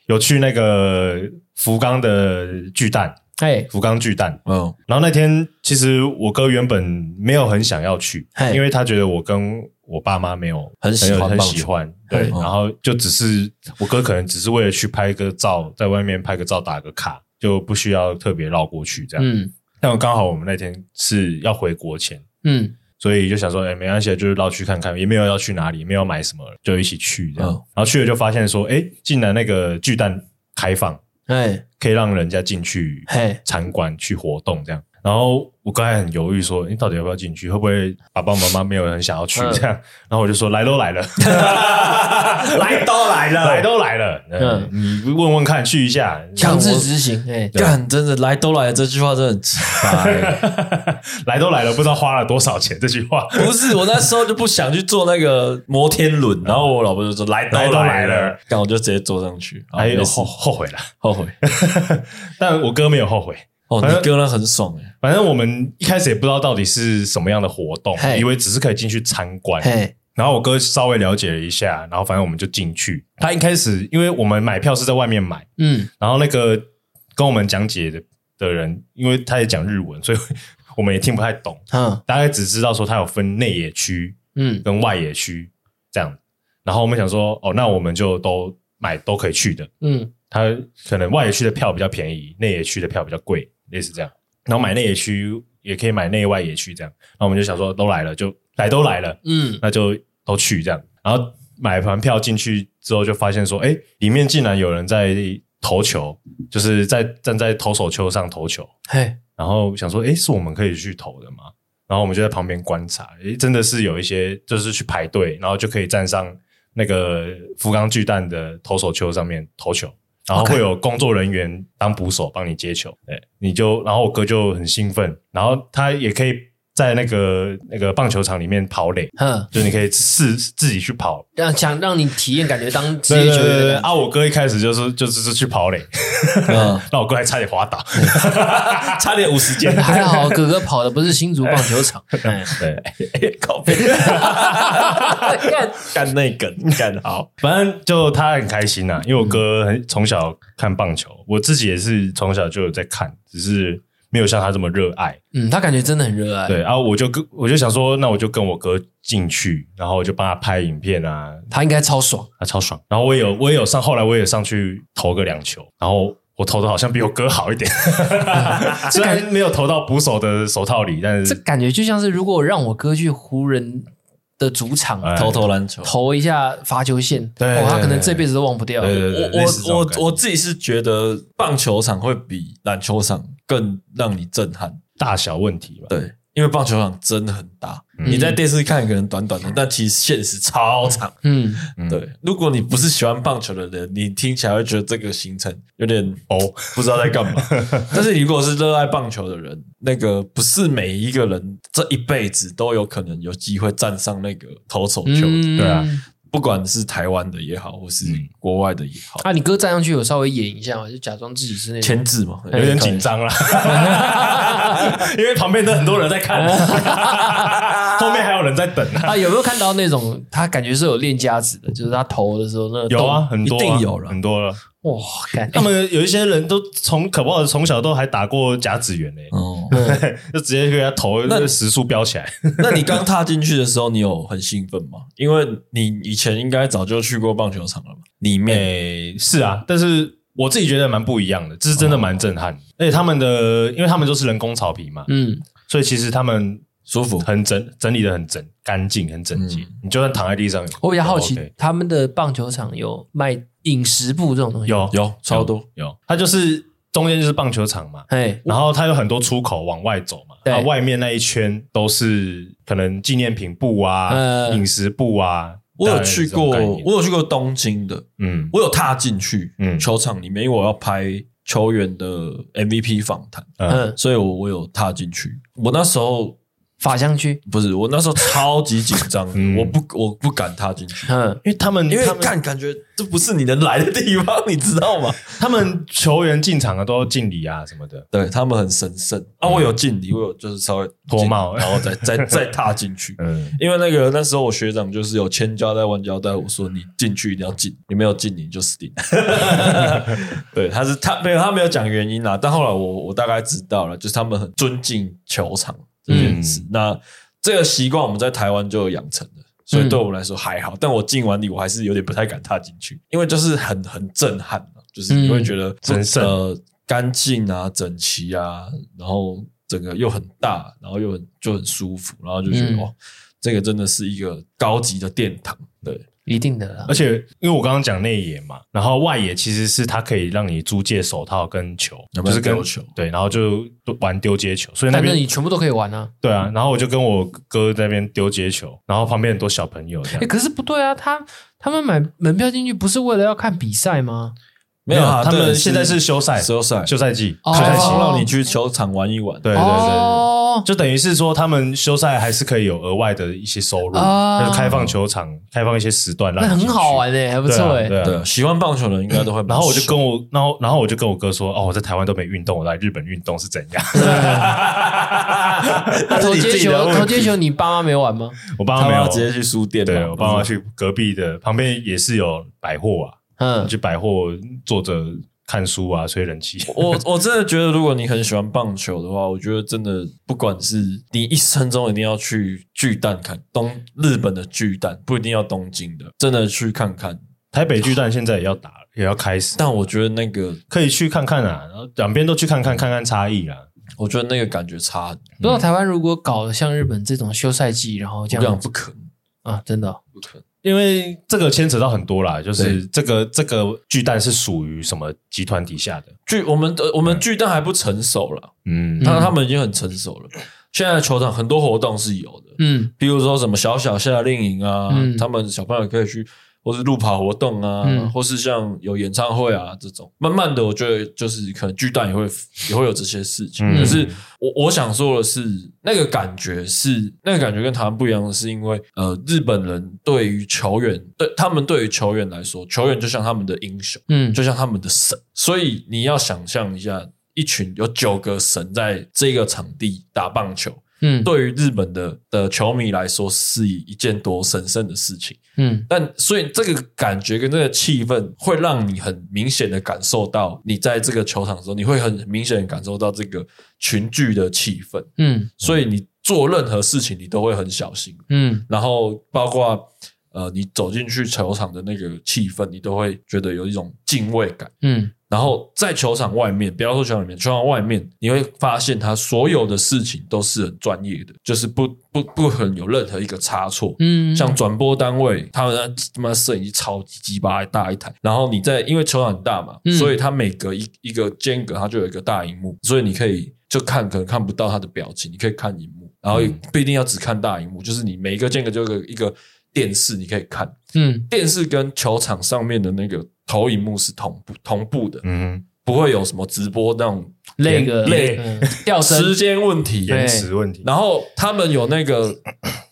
B: 有去那个福冈的巨蛋，
C: 哎
B: 福冈巨蛋。
A: 嗯
B: 然后那天其实我哥原本没有很想要去
C: 嘿，
B: 因为他觉得我跟我爸妈没有
A: 很喜欢
B: 很
A: 棒球
B: 喜欢，对，
A: 嗯
B: 然后就只是我哥可能只是为了去拍个照，在外面拍个照打个卡，就不需要特别绕过去这样。
C: 嗯
B: 但我刚好我们那天是要回国前，
C: 嗯
B: 所以就想说，哎、没关系，就是绕去看看，也没有要去哪里，也没有买什么，就一起去这样。
A: 嗯
B: 然后去了就发现说，哎、竟然那个巨蛋开放，
C: 哎
B: 可以让人家进去
C: 嘿
B: 参观、去活动这样。然后我刚才很犹豫说，你、哎到底要不要进去？会不会爸爸妈妈没有人想要去
C: 嗯
B: 这样？然后我就说，来都来了，
A: 来都来了
B: 来都来了，嗯，你问问看，去一下，
C: 强制执行，哎
A: 干，真的来都来了，这句话真的很奇葩、 欸。
B: 来都来了，不知道花了多少钱。这句话，
A: 不是，我那时候就不想去坐那个摩天轮，然后我老婆就说来都
B: 来都
A: 来
B: 来了，
A: 干我就直接坐上去，然后
B: 还有
A: 哦没事
B: 哎后后悔了，
A: 后悔。
B: 但我哥没有后悔。
A: 哦，
B: 反正
A: 你哥那很爽 哎、
B: 反正我们一开始也不知道到底是什么样的活动
C: 嘿，
B: 以为只是可以进去参观。
C: 嘿
B: 然后我哥稍微了解了一下，然后反正我们就进去。他一开始因为我们买票是在外面买，
C: 嗯
B: 然后那个跟我们讲解的的人，因为他也讲日文， 所以我们也听不太懂，
C: 嗯
B: 大概只知道说他有分内野区
C: 嗯
B: 跟外野区这样。然后我们想说，哦，那我们就都买都可以去的。
C: 嗯
B: 它可能外野区的票比较便宜，内野区的票比较贵，类似这样。然后买内野区也可以买内外野区这样。然后我们就想说，都来了就来都来了，
C: 嗯，
B: 那就都去这样。然后买完票进去之后，就发现说，哎，里面竟然有人在投球，就是在站在投手丘上投球。
C: 嘿
B: 然后想说，哎，是我们可以去投的吗？然后我们就在旁边观察，诶，真的是有一些就是去排队，然后就可以站上那个福冈巨蛋的投手丘上面投球，然后
C: OK
B: 会有工作人员当捕手帮你接球，对，你就，然后我哥就很兴奋，然后他也可以在那个那个棒球场里面跑垒，
C: 嗯，
B: 就你可以试自己去跑，
C: 让想让你体验感觉当职
B: 对
C: 业
B: 对
C: 球
B: 对
C: 员
B: 对，
C: 的感
B: 啊，我哥一开始就是就是就是去跑垒，
A: 嗯
B: 那我哥还差点滑倒，
A: 差点五十
C: 觉
A: 件，
C: 还好哥哥跑的不是新竹棒球场，哎，
B: 对。
A: 靠背，
C: 干
A: 干那梗，干好，
B: 反正就他很开心呐、啊
A: 嗯
B: 因为我哥很从小看棒球，我自己也是从小就有在看，只是没有像他这么热爱。
C: 嗯，他感觉真的很
A: 哎
C: 热爱。
B: 对，，然后我就跟我就想说，那我就跟我哥进去，然后我就帮他拍影片啊，
C: 他应该超爽。
B: 啊超爽。然后我也
A: 嗯
B: 有我也有上，后来我也上去投个两球，然后我投的好像比我哥好 一点，虽然没有投到捕手的手套里，但
C: 这
B: 是
C: 感觉就像是如果让我哥去湖人的主场
B: 哎
A: 投投篮球。
C: 投一下罚球线，
B: 对
C: 哦，他
B: 对
C: 可能
B: 对
C: 这辈子都忘不掉。
B: 对对对，类似这
A: 我我
B: 种感觉
A: 我我自己是觉得棒球场会比篮球场更让你震撼，
B: 大小问题吧，
A: 对，因为棒球场真的很大，
B: 嗯
A: 你在电视看可能短短的，但其实现实超长。
C: 嗯，
B: 嗯
A: 对，如果你不是喜欢棒球的人，你听起来会觉得这个行程有点
B: 哦，
A: 不知道在干 嘛。但是你如果是热爱棒球的人，那个不是每一个人这一辈子都有可能有机会站上那个投手球，
C: 嗯
B: 对啊。
A: 不管是台湾的也好，或是
B: 嗯
A: 国外的也好，
C: 啊，你哥站上去有稍微演一下嘛，就假装自己是那种
A: 签字嘛，
B: 有点紧张啦， 因为旁边的很多人在看，后面还有人在等啊。
C: 啊，有没有看到那种他感觉是有练家子的，就是他投的时候那个
B: 有啊，
C: 动
B: 很多啊
A: 一定有了
B: 很多了。
C: 哇，感
B: 他们有一些人都从可不好，从小都还打过甲子园嘞，
A: 哦，
C: 嗯
B: 就直接给他头
A: 那
B: 时速飙起来。
A: 那你刚踏进去的时候，你有很兴奋吗？因为你以前应该早就去过棒球场了吧？里面
B: 诶、是啊，但是我自己觉得蛮不一样的，这是真的蛮震撼。而且他们的，因为他们都是人工草皮嘛，
C: 嗯
B: 所以其实他们
A: 舒服，
B: 很整整理的很整干净，很整洁。你就算躺在地上，
C: 我比较好奇、
B: 都哦 OK
C: 他们的棒球场有卖饮食部这种东西，，
B: 有
A: 有超多，
B: 有，它就是中间就是棒球场嘛，
C: 哎，
B: 然后它有很多出口往外走嘛，
C: 对
B: 啊，外面那一圈都是可能纪念品部啊、
C: 嗯
B: 饮食部啊。
A: 呃我有
B: 大概是
A: 去
B: 这种
A: 过，
B: 概念
A: 我有去过东京的，
B: 嗯
A: 我有踏进去
B: 嗯
A: 球场里面，因为我要拍球员的 MVP 访谈，
B: 嗯
C: 嗯，
A: 所以我我有踏进去。我那时候
C: 法香区，
A: 不是，我那时候超级紧张的，
B: 嗯
A: 我不我不敢踏进去，
C: 嗯，
B: 因为他们
A: 因为
B: 他们
A: 干感觉这不是你能来的地方，你知道 吗？
B: 他们球员进场啊都要敬礼啊什么的，
A: 对他们很神圣啊！我有敬礼，我有就是稍微
B: 脱 帽
A: 然后再再再踏进去。
B: 嗯，
A: 因为那个那时候我学长就是有千交代万交代，我说你进去一定要进，你没有进你就死定。 对，他是他没有他没有讲原因啦，但后来我我大概知道了，就是他们很尊敬球场这件
B: 嗯
A: 事。那这个习惯我们在台湾就有养成的，
B: 嗯
A: 所以对我们来说还好。但我进完礼，我还是有点不太敢踏进去，因为就是很很震撼啊就是你会觉得
B: 嗯神圣
A: 呃干净啊、整齐啊，然后整个又很大，然后又很就很舒服，然后就觉得、
C: 嗯
A: 哇，这个真的是一个高级的殿堂。对，
C: 一定的啦
B: 而。且因为我刚刚讲内野嘛，然后外野其实是它可以让你租借手套跟球，
A: 有没
B: 就
A: 有
B: 是跟
A: 丢球
B: 对，然后就玩丢接球，所以那
C: 反正
B: 边
C: 你全部都可以玩啊，
B: 对啊，然后我就跟我哥在那边丢接球，然后旁边很多小朋友这
C: 哎、
B: 样，
C: 可是不对啊，他他们买门票进去不是为了要看比赛吗？
A: 没有啊，
B: 他
A: 对
B: 们现在是休赛
A: 休赛，
B: 休赛季，
C: 哦
B: 休赛
A: 开
B: 季
A: 心
C: 哦
A: 让你去球场玩一玩。
B: 对对对对。
C: 哦，
B: 就等于是说，他们休赛还是可以有额外的一些收入，
C: 啊
B: 就是开放球场、开放一些时段让
C: 那
B: 你
C: 很
B: 进去
C: 好玩诶、还不
B: 对啊
C: 错欸哎诶、
B: 对啊，
A: 对，喜欢棒球的人应该都 会。
B: 然后我就跟我，然后然后我就跟我哥说，哦，我在台湾都没运动，我来日本运动是怎样？
C: 那
A: 那
C: 投接球，投接
A: 球，
C: 球，你爸妈没玩吗？
B: 我爸
A: 他
B: 妈啊没
A: 们
B: 有
A: 要直接去书店嘛，
B: 对我爸妈去隔壁的旁边也是有百货啊，
C: 嗯，
B: 去百货坐着看书啊，吹冷气。
A: 我我真的觉得，如果你很喜欢棒球的话，我觉得真的不管是你一生中一定要去巨蛋看东日本的巨蛋，不一定要东京的，真的去看看。
B: 台北巨蛋现在也要打，也要开始，
A: 但我觉得那个，
B: 可以去看看啊，然后两边都去看看，看看差异啊。
A: 我觉得那个感觉差很多，
C: 不知道台湾如果搞得像日本这种休赛季，然后这
A: 我想
C: 样
A: 不可能，
C: 啊，真的哦、
A: 不可能。
B: 因为这个牵扯到很多啦，就是这个这个巨蛋是属于什么集团底下的？
A: 巨我们的我们巨蛋还不成熟了，
B: 嗯
A: 他他们已经很成熟了。现在的球场很多活动是有的，
C: 嗯
A: 比如说什么小小夏令营啊，
C: 嗯
A: 他们小朋友可以去，或是路跑活动啊，
C: 嗯
A: 或是像有演唱会啊这种。慢慢的，我觉得就是可能巨蛋也会也会有这些事情。
B: 嗯
A: 可是我我想说的是，那个感觉是那个感觉跟台湾不一样，的是因为呃，日本人对于球员，对他们对于球员来说，球员就像他们的英雄。
C: 嗯，
A: 就像他们的神。所以你要想象一下，一群有九个神在这个场地打棒球，
C: 嗯
A: 对于日本的的球迷来说是一件多神圣的事情。
C: 嗯
A: 但所以这个感觉跟这个气氛，会让你很明显的感受到，你在这个球场的时候，你会很明显的感受到这个群聚的气氛。
C: 嗯
A: 所以你做任何事情，你都会很小心。
C: 嗯
A: 然后包括呃，你走进去球场的那个气氛，你都会觉得有一种敬畏感。
C: 嗯
A: 然后在球场外面，不要说球场里面，球场外面你会发现他所有的事情都是很专业的，就是不不不可能有任何一个差错。
C: 嗯，
A: 像转播单位，他们那他妈摄影机超级鸡巴大一台，然后你在因为球场很大嘛，
C: 嗯
A: 所以它每隔一一个间隔，它就有一个大荧幕，所以你可以就看，可能看不到他的表情，你可以看荧幕，然
C: 嗯
A: 后也不一定要只看大荧幕，就是你每一个间隔就有一个一个电视，你可以看
C: 嗯
A: 电视跟球场上面的那个投影幕是同步同步的，
B: 嗯，
A: 不会有什么直播那种
C: 那个
A: 累
C: 嗯掉
A: 时
C: 身，
A: 间问题。
C: 对
B: 延迟问题，
A: 然后他们有那个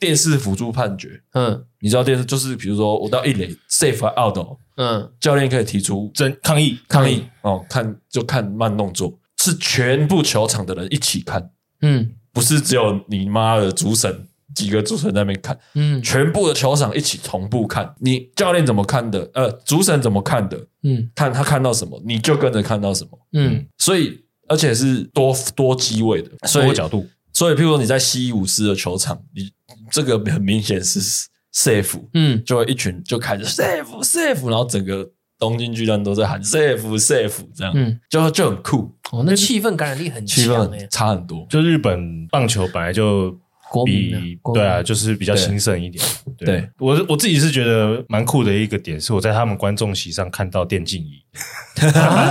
A: 电视辅助判决，
C: 嗯
A: 你知道电视就是比如说我到一垒 safe out 哦，
C: 嗯
A: 教练可以提出
B: 真抗议，
A: 抗议哦，看就看慢动作，是全部球场的人一起看，
C: 嗯
A: 不是只有你妈的主审几个主审在那边看，
C: 嗯
A: 全部的球场一起同步看，你教练怎么看的，呃，主审怎么看的，
C: 嗯
A: 看他看到什么，你就跟着看到什么，
C: 嗯
A: 所以而且是多多机位的，所以
B: 多角度，
A: 所以，譬如说你在西武狮的球场，你这个很明显是 safe，
C: 嗯
A: 就会一群就开始 safe safe，然后整个东京巨蛋都在喊 safe safe，这样、
C: 嗯，
A: 就就很酷，
C: 哦，那气氛感染力很
A: 气
C: 强欸
A: 氛
C: 诶，
A: 差很多。
B: 就日本棒球本来就
C: 国民啊
B: 比
C: 国民
B: 对啊，就是比较兴盛一点。
A: 对
B: 我是我自己是觉得蛮酷的一个点，是我在他们观众席上看到电竞椅，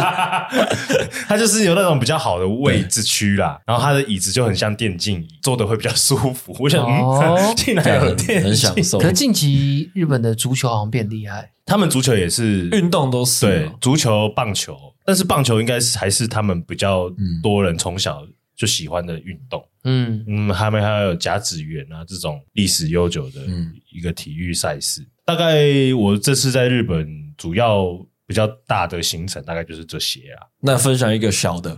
B: 它就是有那种比较好的位置区啦，然后它的椅子就很像电竞椅，坐的会比较舒服。我想，
C: 哦
B: 嗯， 竟然有电
A: 很
B: 竞
A: 享，受
C: 可是近期日本的足球好像变厉害，
B: 他们足球也是
A: 运动都是
B: 对
A: 哦
B: 足球、棒球，但是棒球应该是还是他们比较多人从小就喜欢的运动。
C: 嗯
B: 嗯，他们还有甲子园啊这种历史悠久的
A: 嗯
B: 一个体育赛事。大概我这次在日本主要比较大的行程，大概就是这些啊。
A: 那分享一个小的，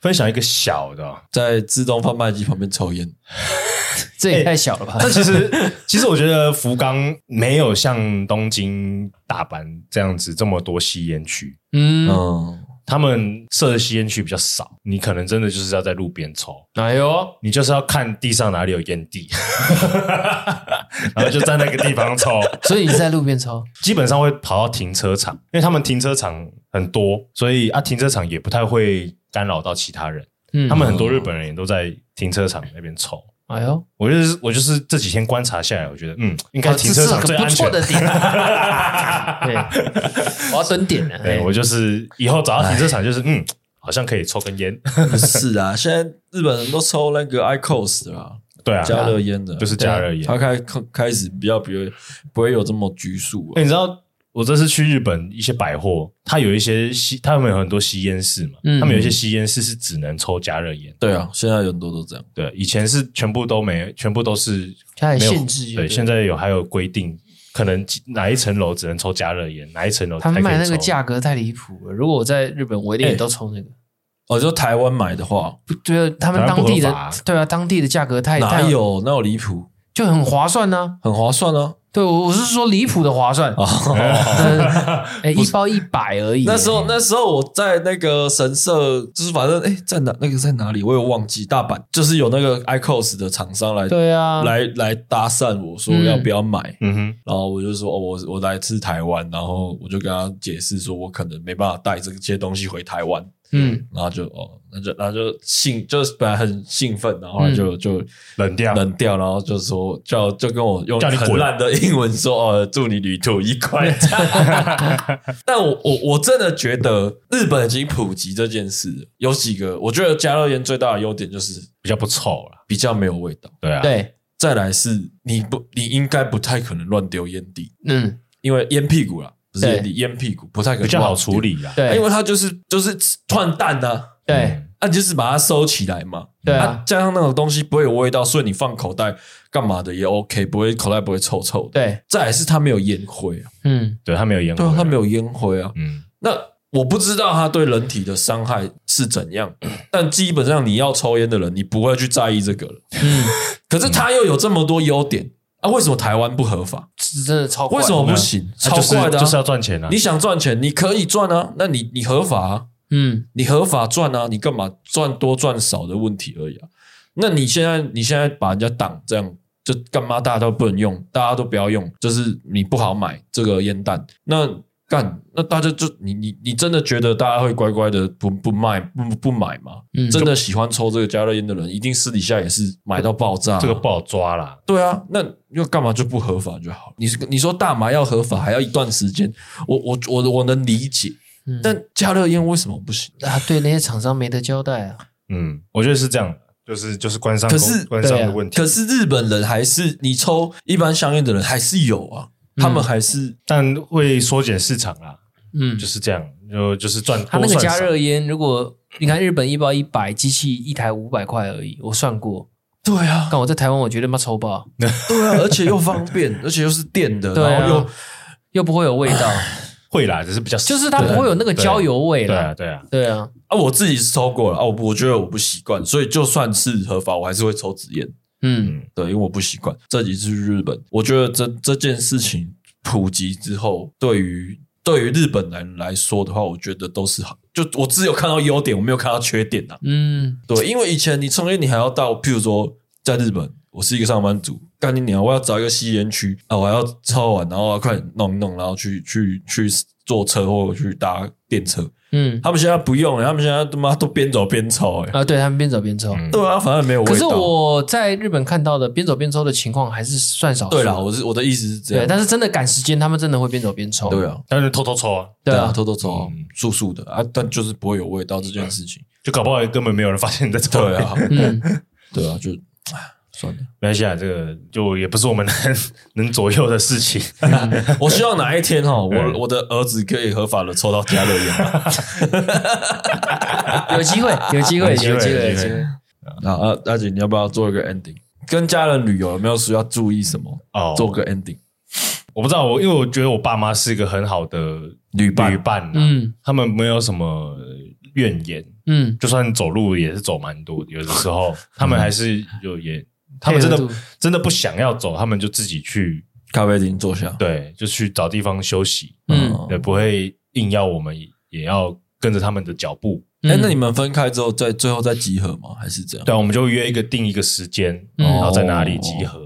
B: 分享一个小的哦、
A: 在自动贩卖机旁边抽烟，
C: 这也太小了吧？
B: 但 其实其实我觉得福冈没有像东京、大阪这样子这么多吸烟区，
C: 嗯，
A: 嗯，
B: 他们设的吸烟区比较少，你可能真的就是要在路边抽。
C: 哎呦，
B: 你就是要看地上哪里有烟蒂， 然后就在那个地方抽。
C: 所以你在路边抽，
B: 基本上会跑到停车场，因为他们停车场很多，所以啊，停车场也不太会干扰到其他人。
C: 嗯，
B: 他们很多日本人也都在停车场那边抽。
C: 哎呦，
B: 我就是我就是这几天观察下来，我觉得嗯，应该停车场
C: 这是
B: 最
C: 个
B: 安
C: 不错
B: 全
C: 的。点， 对，我要蹲点啊哎了，
B: 对，我就是以后找到停车场，就是嗯，好像可以抽根烟。
A: 是啊，现在日本人都抽那个 IQOS 啦，
B: 对啊，
A: 加热烟的，
B: 就是加热
C: 啊
B: 烟。
A: 他开开始比较不会不会有这么拘束啊
B: 哎，
A: 了。
B: 你知道我这次去日本一些百货，它有一些吸，他们有很多吸烟室嘛，
C: 嗯
B: 他们有一些吸烟室是只能抽加热烟。
A: 对啊，现在有很多都这样。
B: 对，以前是全部都没，全部都是
C: 它还
B: 没有
C: 限制就
B: 对，
C: 对
B: 现在有还有规定，可能几哪一层楼只能抽加热烟，哪一层
A: 哦
B: 楼
C: 他
B: 才
C: 们
B: 可以
C: 卖那个
B: 抽
C: 价格太离谱了。如果我在日本，我一定也
A: 哎
C: 都抽那个。
A: 哦，就台湾买的话，
C: 不对啊，他们
B: 台湾
C: 当地
B: 不合
C: 的
B: 法啊
C: 对啊，当地的价格太
A: 哪
C: 太
A: 有那有离谱，
C: 就很划算呢、
A: 很划算啊！
C: 对，我我是说离谱的划算。
A: 哦，
C: 嗯 哎，一包一百而已。
A: 那时候那时候我在那个神社，就是反正哎，在哪那个在哪里，我有忘记，大阪就是有那个 ICOS 的厂商来
C: 对啊，
A: 来来搭讪我说
C: 嗯
A: 要不要买。
B: 嗯哼，
A: 然后我就说，哦，我我来自台湾，然后我就跟他解释说，我可能没办法带这些东西回台湾，
C: 嗯
A: 然后就哦，那就然后就兴，就是本来很兴奋，然后后来就、就
B: 嗯冷掉。
A: 冷掉，然后就说叫就跟我用
B: 叫你滚
A: 很烂的英文说哦，祝你旅途愉快。 这样但我我我真的觉得日本已经普及这件事了，有几个我觉得加热烟最大的优点就是
B: 比较不臭了，
A: 比较没有味道，
B: 对啊，，
C: 对，
A: 再来是你不你应该不太可能乱丢烟蒂，
C: 嗯
A: 因为烟屁股啦，不是
C: 对
A: 烟蒂，烟屁股不太可能
B: 比较好
A: 乱丢
B: 处，理啦。嗯
A: 因
C: 对
A: 为它就是就是串弹呐、啊。
C: 对
A: 啊，你就是把它收起来嘛，
C: 对啊
A: 加上那种东西不会有味道，所以你放口袋干嘛的也 OK，不会口袋不会臭臭的。
C: 对，
A: 再来是它没有烟灰啊，
C: 嗯
B: 对，它没有烟
A: 对
B: 灰
A: 啊，，它没有烟灰啊。
B: 嗯，
A: 那我不知道它对人体的伤害是怎 样，但基本上你要抽烟的人，你不会去在意这个了。
C: 嗯，
A: 可是它又有这么多优点啊，为什么台湾不合法？
C: 是真的超怪
A: 为什么不行？超
B: 就是
A: 怪的啊、
B: 就是要赚钱啊！
A: 你想赚钱，你可以赚啊，那你你合法啊，
C: 嗯，
A: 你合法赚啊，你干嘛赚多赚少的问题而已啊？那你现在你现在把人家挡这样，就干嘛大家都不能用，大家都不要用，就是你不好买这个烟弹，那干那大家就你你你真的觉得大家会乖乖的不不卖不不买吗？
C: 嗯
A: 真的喜欢抽这个加热烟的人，一定私底下也是买到爆炸啊、
B: 这个不好抓啦。
A: 对啊，那要干嘛就不合法就好了。你是你说大麻要合法还要一段时间，我我我我能理解，
C: 嗯
A: 但加热烟为什么不行？
C: 啊，对那些厂商没得交代啊。
B: 嗯，我觉得是这样的，就是就是官商
A: 可
B: 公
A: 是
B: 官商
C: 对啊
B: 的问题。
A: 可是日本人还是你抽一般香烟的人还是有啊，他们还是
B: 但会缩减市场啦，
C: 嗯
B: 就，是这样，就就是赚
C: 他
B: 多
C: 那个加
B: 赚少。
C: 热烟，如果你看日本一包一百，机器一台五百块而已，我算过。
A: 对啊，
C: 但我在台湾，我绝对妈抽爆，
A: 对啊，而且又方便， 而且又是电的，
C: 对啊
A: 然后又
C: 又不会有味道，
B: 会啦，只是比较
C: 就是它不会有那个焦油味
B: 对啊
C: 了。
B: 对啊，
C: 对啊，
A: 啊，我自己是抽过了啊，我不我觉得我不习惯，所以就算是合法，我还是会抽纸烟。
C: 嗯
A: 对，因为我不习惯。这几次去日本，我觉得这这件事情普及之后，对于对于日本人来说的话，我觉得都是好。就我只有看到优点，我没有看到缺点啊。
C: 嗯，
A: 对，因为以前你抽烟，你还要到，譬如说在日本，我是一个上班族，干你娘，我要找一个吸烟区啊，我要抽完，然后要快点弄一弄，然后去去去坐车或者去搭电车。
C: 嗯
A: 他们现在不用、欸他们现在他妈都边走边抽、欸，
C: 啊，对他们边走边抽。
B: 嗯
A: 对啊，反正没有味道。
C: 可是我在日本看到的边走边抽的情况还是算少数。
A: 对啦，我是我的意思是这
C: 对，
A: 样。
C: 但是真的赶时间，他们真的会边走边抽。
A: 对啊，
B: 但是偷偷抽啊，
C: 对啊，
A: 偷偷抽
B: 嗯
A: 素素的啊，但就是不会有味道这件事情。
B: 就搞不好根本没有人发现你在抽。
A: 对，啊，
C: 嗯，
A: 对啊，就唉算了。
B: 没关系啊，这个就也不是我们能能左右的事 情。
A: 我希望哪一天哈，
B: 嗯
A: 我我的儿子可以合法的抽到加热烟啊
C: 嗯有机会， 有机会，有
B: 有机会
C: 机会，
B: 有
C: 有
B: 机
C: 机
B: 会
C: 会。
A: 啊！啊阿姐，你要不要做一个 ending？跟家人旅游有没有需要注意什么？
B: 哦，
A: 做个 ending，
B: 我不知道，我因为我觉得我爸妈是一个很好的
A: 旅伴
B: 旅伴、啊，
C: 嗯
B: 他们没有什么怨言，
C: 嗯，
B: 就算走路也是走蛮多的，有的 时候他们还是有也，他们真的
C: 配合度
B: 真的不想要走，他们就自己去，
A: 咖啡厅坐下。
B: 对，就去找地方休息，
C: 嗯
B: 也不会硬要我们也要跟着他们的脚步。
A: 哎，
C: 嗯
A: 那你们分开之后，再最后再集合吗？还是这样？
B: 对啊，我们就约一个定一个时间，
C: 嗯哦
B: 然后在哪里集合。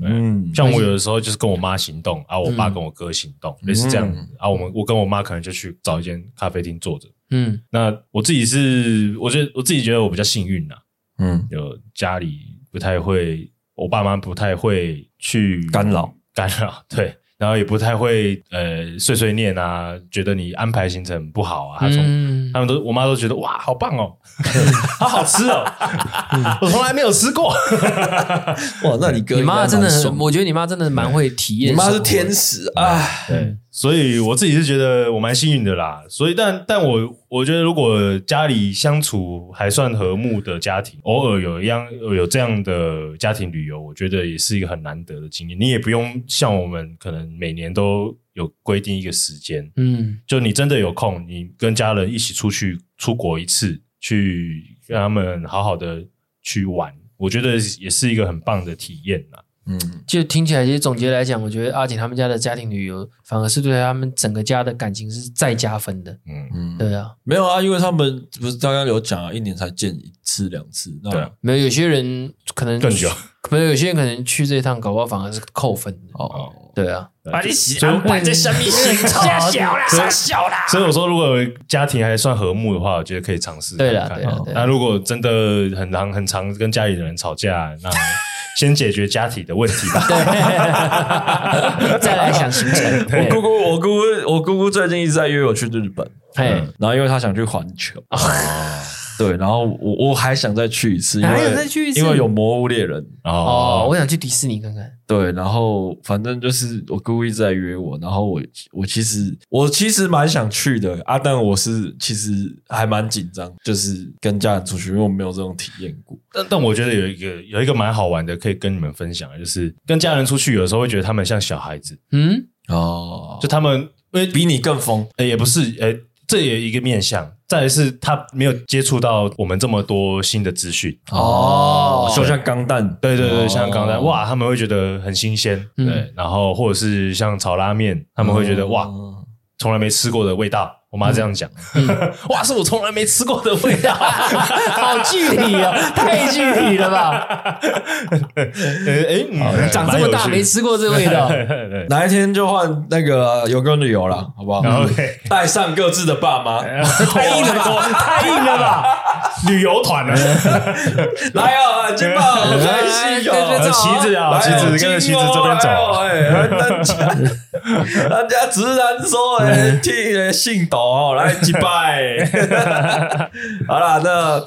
A: 嗯，
B: 像我有的时候就是跟我妈行动，啊，我爸
C: 嗯
B: 跟我哥行动，类似这样子。啊，我们我跟我妈可能就去找一间咖啡厅坐着。
C: 嗯
B: 那我自己是，我觉得我自己觉得我比较幸运啦，
A: 嗯，
B: 有家里不太会，我爸妈不太会去
A: 干扰
B: 干扰， 对，然后也不太会呃碎碎念啊，觉得你安排行程不好啊，他从、
C: 嗯
B: 他们都我妈都觉得哇好棒哦， 好好 吃哦，我从来没有吃过，
A: 哇，那你哥
C: 你妈真的
A: 应该蛮
C: 很，
A: 爽
C: 我觉得你妈真的蛮会体验
A: 你
C: 生活
A: 妈
C: 的。
A: 是天使啊！
B: 对，嗯所以我自己是觉得我蛮幸运的啦。所以但，但我我觉得，如果家里相处还算和睦的家庭，偶尔有一样有这样的家庭旅游，我觉得也是一个很难得的经验。你也不用像我们可能每年都有规定一个时间，
C: 嗯
B: 就你真的有空，你跟家人一起出去出国一次，去跟他们好好的去玩，我觉得也是一个很棒的体验啦。
A: 嗯，
C: 就听起来，其实总结来讲，我觉得阿锦他们家的家庭旅游，反而是对他们整个家的感情是再加分的。
B: 嗯，
A: 嗯
C: 对啊，
A: 没有啊，因为他们不是刚刚有讲啊，一年才见一次两次，那
B: 对啊
C: 没有有些人可能
B: 更久，
C: 没有有些人可能去这一趟，搞不好反而是扣分的。
A: 哦，
C: 对啊，
A: 把你洗
B: 所以
C: 摆在上面洗
A: 太小啦，
B: 太
A: 小啦。
B: 所以我说，如果家庭还算和睦的话，我觉得可以尝试看
C: 对
B: 看。
C: 啦对啦对啦
B: 那如果真的很常很常跟家里的人吵架，那先解决家庭的问题 吧。
C: 对，再来想 行程。
A: 我姑姑，我姑姑，我姑姑最近一直在约我去日本，
C: 嘿，
A: 然后因为她想去环 球，
C: 哦
A: 对，然后我我还想再去一次，因
C: 还
A: 为
C: 想再去一次
A: 因为有魔物猎人，
C: 哦，
B: 哦，
C: 我想去迪士尼看看。
A: 对，然后反正就是我姑姑一直在约我，然后我我其实我其实蛮想去的啊，但我是其实还蛮紧张，就是跟家人出去，因为我没有这种体验过。
B: 但但我觉得有一个有一个蛮好玩的，可以跟你们分享的，就是跟家人出去，有时候会觉得他们像小孩子，
C: 嗯，
A: 哦，
B: 就他们因为
A: 比你更疯
B: 呃也不是呃。这也一个面向。再来是他没有接触到我们这么多新的资讯，
C: 哦
A: 就像钢蛋，
B: 对对对，
C: 哦
B: 像刚才哇，他们会觉得很新鲜，
C: 嗯
B: 对，然后或者是像炒拉面，他们会
C: 哦
B: 觉得哇，从来没吃过的味道。我妈这样讲，
C: 嗯
B: 哇，是我从来没吃过的 味道。
C: 好具体啊，太具体了 吧？
B: 哎，嗯
C: 长这么大没，吃过这味 道
B: 蛮有趣 对对
A: 哪一天就换那个有跟旅游了，好不好？
C: 哦
B: OK
A: 带上各自的爸 妈，
B: 太硬了吧，太硬了吧，旅游团 啊了，
A: 来哦，金宝，好开心
C: 哎对对
A: 哦
C: 对。
B: 旗子啊，
A: 来
B: 旗
A: 哦
B: 子跟着旗
A: 金
B: 子
A: 哦
B: 这边
A: 来哦
B: 走，
A: 哎，人家 人家直男说，哎，替人姓董哦，来几拜。 好啦，那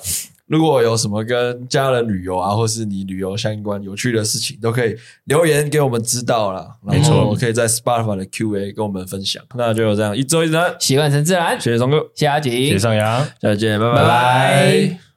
A: 如果有什么跟家人旅游啊，或是你旅游相关有趣的事情，都可以留言给我们知道啦。
C: 没错
A: 我可以在 Spotify 的 Q&A 跟我们分享。那就这样，一周一单，
C: 习惯成自然，
A: 谢谢松哥，
C: 下集
B: 写上牙。
A: 再见，拜
C: 拜拜